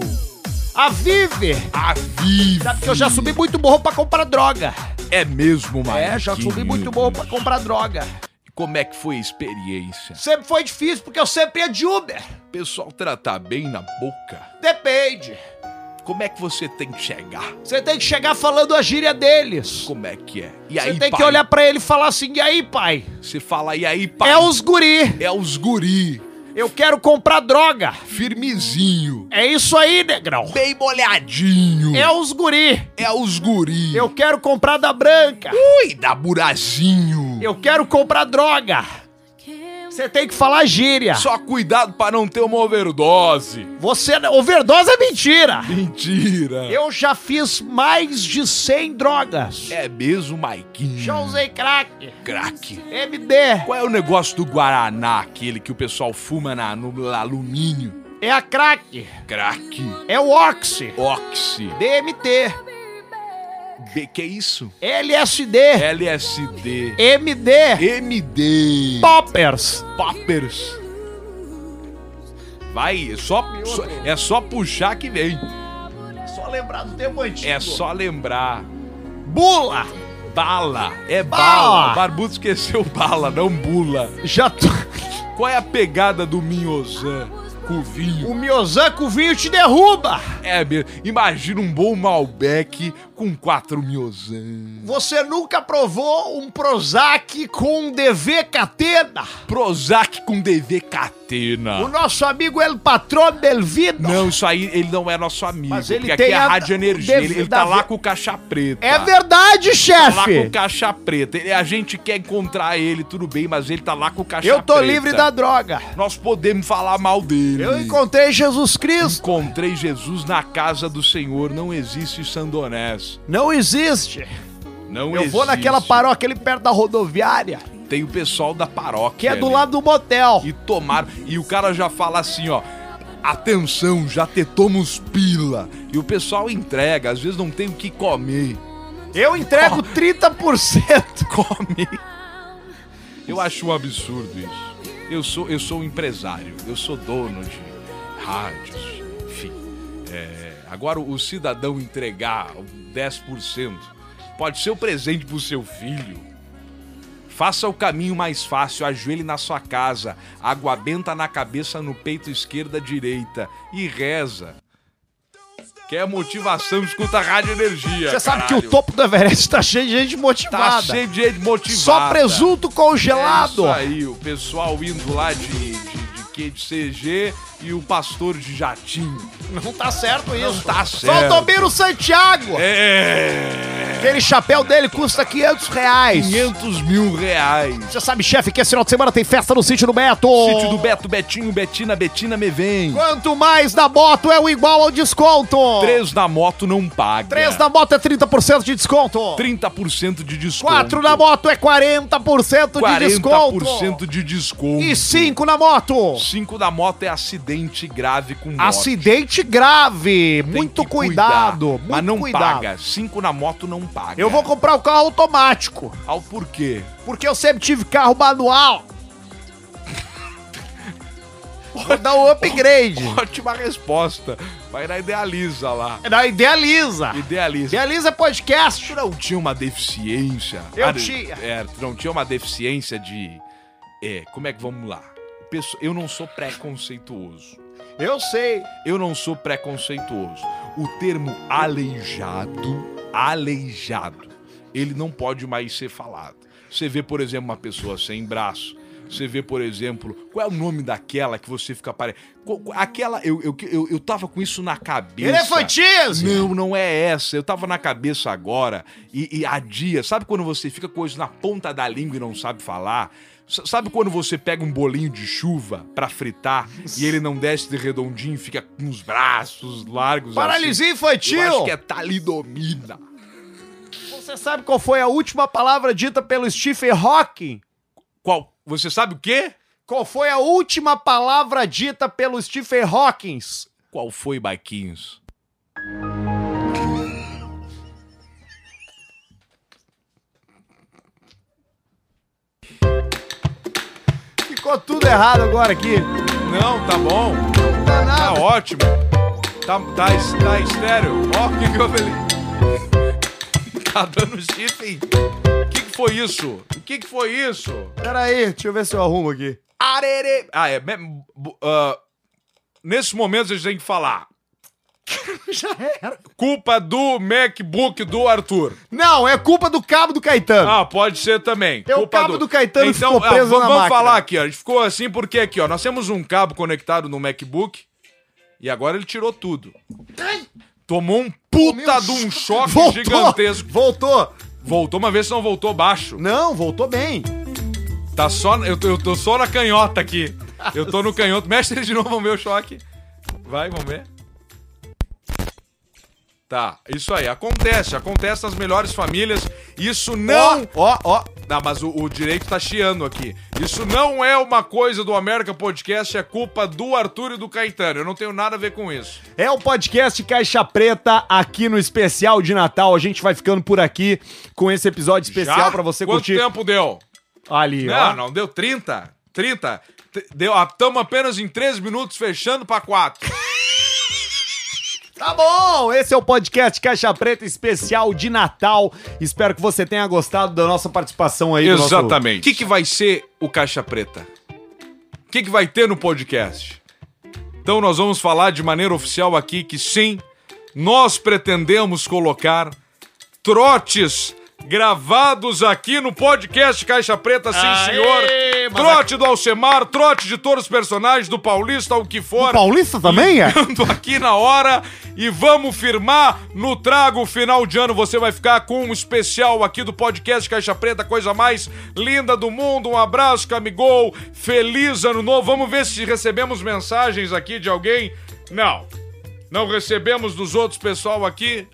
Speaker 1: A Vive!
Speaker 2: A Vive.
Speaker 1: Sabe que eu já subi muito morro pra comprar droga.
Speaker 2: É mesmo, mano.
Speaker 1: É, já subi muito morro pra comprar droga.
Speaker 2: Como é que foi a experiência?
Speaker 1: Sempre foi difícil porque eu sempre ia de Uber.
Speaker 2: O pessoal tratar bem na boca?
Speaker 1: Depende.
Speaker 2: Como é que você tem que chegar?
Speaker 1: Você tem que chegar falando a gíria deles.
Speaker 2: Como é que é? E aí,
Speaker 1: Você tem
Speaker 2: pai?
Speaker 1: que olhar pra ele e falar assim: e aí, pai?
Speaker 2: Você fala, e aí, pai?
Speaker 1: É os guri.
Speaker 2: É os guri.
Speaker 1: Eu quero comprar droga.
Speaker 2: Firmezinho.
Speaker 1: É isso aí, negrão.
Speaker 2: Bem molhadinho.
Speaker 1: É os guri.
Speaker 2: É os guri.
Speaker 1: Eu quero comprar da branca.
Speaker 2: Ui, da burazinho.
Speaker 1: Eu quero comprar droga. Você tem que falar gíria.
Speaker 2: Só cuidado pra não ter uma overdose.
Speaker 1: Você. Overdose é mentira.
Speaker 2: Mentira.
Speaker 1: Eu já fiz mais de 100 drogas.
Speaker 2: É mesmo, Maiquinho?
Speaker 1: Já usei crack,
Speaker 2: Crack.
Speaker 1: MD,
Speaker 2: Qual é o negócio do Guaraná, aquele que o pessoal fuma na, no alumínio?
Speaker 1: é a crack,
Speaker 2: Crack.
Speaker 1: é o oxy,
Speaker 2: Oxy.
Speaker 1: DMT,
Speaker 2: B, que é isso?
Speaker 1: LSD,
Speaker 2: LSD.
Speaker 1: MD,
Speaker 2: MD.
Speaker 1: poppers.
Speaker 2: Poppers. Vai, é só, só- é só puxar que vem.
Speaker 1: Só lembrar do tempo antigo.
Speaker 2: É só lembrar.
Speaker 1: Bula.
Speaker 2: Bala. É
Speaker 1: Bala.
Speaker 2: bala. O Barbudo esqueceu [laughs] bala, não bula.
Speaker 1: Já tô... [laughs]
Speaker 2: Qual é a pegada do Minhozan com o vinho?
Speaker 1: O Miozan com vinho te derruba.
Speaker 2: É mesmo. Imagina um bom Malbec com quatro Minhozan.
Speaker 1: Você nunca provou um Prozac com um DV catena.
Speaker 2: Prozac com DV
Speaker 1: O
Speaker 2: Catena.
Speaker 1: nosso amigo El Patrón del Vino.
Speaker 2: Ah. Não, isso aí ele não é nosso amigo.
Speaker 1: Mas ele
Speaker 2: porque
Speaker 1: tem
Speaker 2: aqui é
Speaker 1: a-
Speaker 2: Rádio Energia.
Speaker 1: deve-
Speaker 2: Ele, ele
Speaker 1: da-
Speaker 2: tá lá com o caixa preta.
Speaker 1: É verdade,
Speaker 2: Tá lá com o
Speaker 1: chefe.
Speaker 2: caixa preta. Ele- a gente quer encontrar ele, tudo bem, mas ele tá lá com o caixa preta.
Speaker 1: Eu tô livre da droga.
Speaker 2: Nós podemos falar mal dele.
Speaker 1: Eu encontrei Jesus Cristo.
Speaker 2: Encontrei Jesus na casa do Senhor. Não existe Sandonés.
Speaker 1: Não existe.
Speaker 2: Não
Speaker 1: Eu vou
Speaker 2: existe.
Speaker 1: naquela paróquia ali perto da rodoviária,
Speaker 2: Tem o pessoal da paróquia.
Speaker 1: que é do
Speaker 2: ali.
Speaker 1: lado do motel.
Speaker 2: E tomaram. E o cara já fala assim, ó. Atenção, já te tomos pila. E o pessoal entrega, às vezes não tem o que comer.
Speaker 1: Eu entrego 30%.
Speaker 2: Come. Eu acho um absurdo isso. Eu sou, eu sou um empresário, eu sou dono de rádios, enfim. É, agora o cidadão entregar 10% pode ser o presente pro seu filho. Faça o caminho mais fácil, ajoelhe na sua casa, água benta na cabeça, no peito esquerda, direita e reza. Quer motivação? Escuta a Rádio Energia.
Speaker 1: Você sabe que
Speaker 2: caralho.
Speaker 1: o topo do Everest tá cheio de gente motivada.
Speaker 2: Tá cheio de gente motivada.
Speaker 1: Só presunto congelado.
Speaker 2: É isso aí, o pessoal indo lá de, de, de quê? De CG e o pastor de jatinho.
Speaker 1: Não tá certo isso. Não
Speaker 2: tá certo.
Speaker 1: Valdomiro Santiago.
Speaker 2: É!
Speaker 1: Aquele chapéu dele custa 500 reais.
Speaker 2: 500 mil reais.
Speaker 1: Você sabe, chefe, que esse final de semana tem festa no sítio do Beto.
Speaker 2: Sítio do Beto, Betinho, Betina, Betina me vem.
Speaker 1: Quanto mais da moto é o igual ao desconto.
Speaker 2: Três na moto não paga.
Speaker 1: 3 da moto é 30% de desconto.
Speaker 2: 30% de desconto.
Speaker 1: 4 na moto é 40% de
Speaker 2: 40%
Speaker 1: desconto.
Speaker 2: de um. desconto.
Speaker 1: E 5 na moto.
Speaker 2: 5 da moto é acidente grave com moto.
Speaker 1: Acidente grave.
Speaker 2: Tem
Speaker 1: muito
Speaker 2: que
Speaker 1: cuidado.
Speaker 2: cuidar,
Speaker 1: muito
Speaker 2: mas não
Speaker 1: cuidado.
Speaker 2: paga. 5 na moto não paga.
Speaker 1: Eu vou comprar o carro automático.
Speaker 2: Ao porquê?
Speaker 1: Porque eu sempre tive carro
Speaker 2: [laughs]
Speaker 1: manual. Vou dar um upgrade.
Speaker 2: [laughs] Ótima resposta. Vai na Idealiza lá.
Speaker 1: Não, idealiza.
Speaker 2: Idealiza.
Speaker 1: Idealiza podcast.
Speaker 2: Tu não tinha uma deficiência.
Speaker 1: Eu
Speaker 2: Ah,
Speaker 1: tinha.
Speaker 2: É, tu não tinha uma deficiência de. É, como é que vamos lá? Pesso- Eu não sou preconceituoso.
Speaker 1: Eu sei.
Speaker 2: Eu não sou preconceituoso. O termo aleijado, aleijado, ele não pode mais ser falado. Você vê, por exemplo, uma pessoa sem braço. Você vê, por exemplo, qual é o nome daquela que você fica pare... Co- co- Aquela, eu, eu, eu, eu tava com isso na cabeça.
Speaker 1: Elefantismo.
Speaker 2: Não, não é essa. Eu tava na cabeça agora e, e há dias. Sabe quando você fica com isso na ponta da língua e não sabe falar? S- sabe quando você pega um bolinho de chuva pra fritar e ele não desce de redondinho, fica com os braços largos?
Speaker 1: Paralisia
Speaker 2: assim? Eu acho
Speaker 1: infantil.
Speaker 2: que é talidomida.
Speaker 1: Você sabe qual foi a última palavra dita pelo Stephen Hawking?
Speaker 2: Qual? Você sabe o quê?
Speaker 1: Qual foi a última palavra dita pelo Stephen Hawking?
Speaker 2: Qual foi, Baquinhos?
Speaker 1: Ficou tudo errado agora aqui.
Speaker 2: Não, tá bom.
Speaker 1: Não dá
Speaker 2: Tá
Speaker 1: é nada.
Speaker 2: ótimo. Tá, tá, tá estéreo. Ó, o que que eu falei? [laughs] Tá dando chifre. O que que foi isso? O que que foi isso?
Speaker 1: Pera aí, deixa eu ver se eu arrumo
Speaker 2: [laughs]
Speaker 1: aqui.
Speaker 2: Arere... Ah, é... me- bu- ah, nesse momento a gente tem que falar.
Speaker 1: Já era.
Speaker 2: Culpa do MacBook do Arthur.
Speaker 1: Não, é culpa do cabo do Caetano.
Speaker 2: Ah, pode ser também. Então,
Speaker 1: Tem É o cabo do Caetano que ficou preso
Speaker 2: ah, vamos,
Speaker 1: na
Speaker 2: vamos
Speaker 1: máquina.
Speaker 2: falar aqui, ó. A gente ficou assim porque aqui, ó. Nós temos um cabo conectado no MacBook e agora ele tirou tudo. Tomou um puta de um choque
Speaker 1: voltou,
Speaker 2: gigantesco.
Speaker 1: voltou.
Speaker 2: Voltou uma vez, não voltou baixo.
Speaker 1: Não, voltou bem.
Speaker 2: Tá só. Eu tô, eu tô só na canhota aqui. Eu tô no canhoto. Mexe ele de novo, vamos ver o choque. Vai, vamos ver. Tá, isso aí. Acontece, acontece nas melhores famílias. Isso não.
Speaker 1: Ó, ó, ó.
Speaker 2: Não, mas o, o direito tá chiando aqui. Isso não é uma coisa do América Podcast, é culpa do Arthur e do Caetano. Eu não tenho nada a ver com isso.
Speaker 1: É o podcast Caixa Preta aqui no especial de Natal. A gente vai ficando por aqui com esse episódio especial
Speaker 2: Já?
Speaker 1: pra você
Speaker 2: Quanto
Speaker 1: curtir.
Speaker 2: tempo deu?
Speaker 1: Ali, ó.
Speaker 2: Não, não, deu 30. 30. T- Deu, estamos apenas em 3 minutos, fechando pra 4.
Speaker 1: Tá bom, esse é o podcast Caixa Preta especial de Natal. Espero que você tenha gostado da nossa participação aí. do nosso-
Speaker 2: O que, que vai ser o Caixa Preta? O que, que vai ter no podcast? Então nós vamos falar de maneira oficial aqui que sim, nós pretendemos colocar trotes gravados aqui no podcast Caixa Preta, sim senhor. Trote do Alcemar, trote de todos os personagens, do Paulista, o que for.
Speaker 1: Paulista também é?
Speaker 2: Tô aqui na hora e vamos firmar no trago final de ano. Você vai ficar com um especial aqui do podcast Caixa Preta, coisa mais linda do mundo. Um abraço, Camigol. Feliz ano novo. Vamos ver se recebemos mensagens aqui de alguém. Não. Não recebemos dos outros pessoal aqui.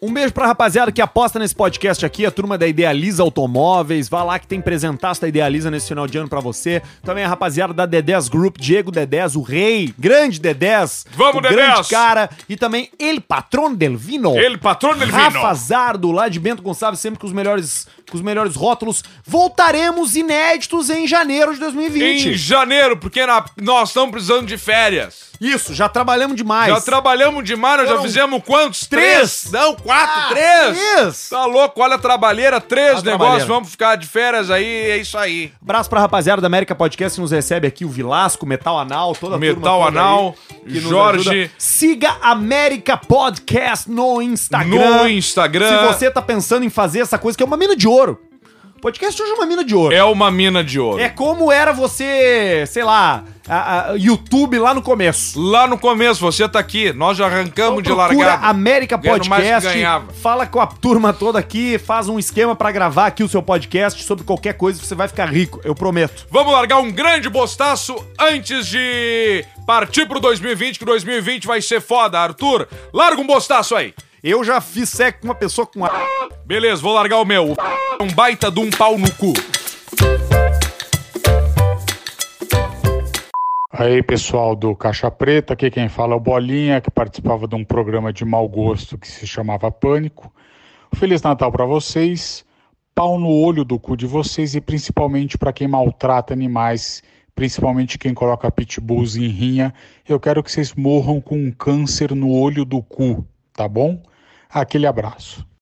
Speaker 1: Um beijo pra rapaziada que aposta nesse podcast aqui, a turma da Idealiza Automóveis. Vá lá que tem presentaço da Idealiza nesse final de ano pra você. Também a rapaziada da D10 Group, Diego D10, o rei, grande D10.
Speaker 2: Vamos,
Speaker 1: o
Speaker 2: D10.
Speaker 1: grande cara. E também ele, patrão del vino.
Speaker 2: Ele, patrão del vino.
Speaker 1: Rafa Zardo, lá de Bento Gonçalves, sempre com os melhores, com os melhores rótulos. Voltaremos inéditos em janeiro de
Speaker 2: Em
Speaker 1: 2020.
Speaker 2: janeiro, porque na- nós estamos precisando de férias.
Speaker 1: Isso, já trabalhamos demais.
Speaker 2: Já trabalhamos demais, nós já
Speaker 1: Foram
Speaker 2: fizemos quantos?
Speaker 1: três.
Speaker 2: Não, quatro,
Speaker 1: Ah,
Speaker 2: três!
Speaker 1: três.
Speaker 2: Tá louco, olha a trabalheira, três
Speaker 1: A
Speaker 2: negócios,
Speaker 1: trabalheira.
Speaker 2: vamos ficar de férias aí, é isso aí.
Speaker 1: Abraço pra rapaziada da América Podcast que nos recebe aqui, o Vilasco, Metal Anal, toda a
Speaker 2: Metal
Speaker 1: Tá turma toda
Speaker 2: Anal,
Speaker 1: aí que nos
Speaker 2: Jorge.
Speaker 1: ajuda. Siga América Podcast no Instagram.
Speaker 2: No Instagram.
Speaker 1: Se você tá pensando em fazer essa coisa, que é uma mina de ouro. O podcast hoje é uma mina de ouro.
Speaker 2: É uma mina de ouro.
Speaker 1: É como era você, sei lá, a- a- YouTube lá no começo.
Speaker 2: Lá no começo, você tá aqui, nós já arrancamos de largada.
Speaker 1: América
Speaker 2: Ganhando mais que
Speaker 1: Podcast,
Speaker 2: ganhava.
Speaker 1: fala com a turma toda aqui, faz um esquema pra gravar aqui o seu podcast sobre qualquer coisa, você vai ficar rico, eu prometo.
Speaker 2: Vamos largar um grande bostaço antes de partir pro 2020, que 2020 vai ser foda. Arthur, larga um bostaço aí.
Speaker 1: Eu já fiz sexo com uma pessoa com a...
Speaker 2: Beleza, vou largar o meu. O p- é Um baita de um pau no cu.
Speaker 8: Aí, pessoal do Caixa Preta, aqui quem fala é o Bolinha, que participava de um programa de mau gosto que se chamava Pânico. Feliz Natal pra vocês, pau no olho do cu de vocês e principalmente pra quem maltrata animais, principalmente quem coloca pitbulls em rinha. Eu quero que vocês morram com um câncer no olho do cu, tá bom? Aquele abraço.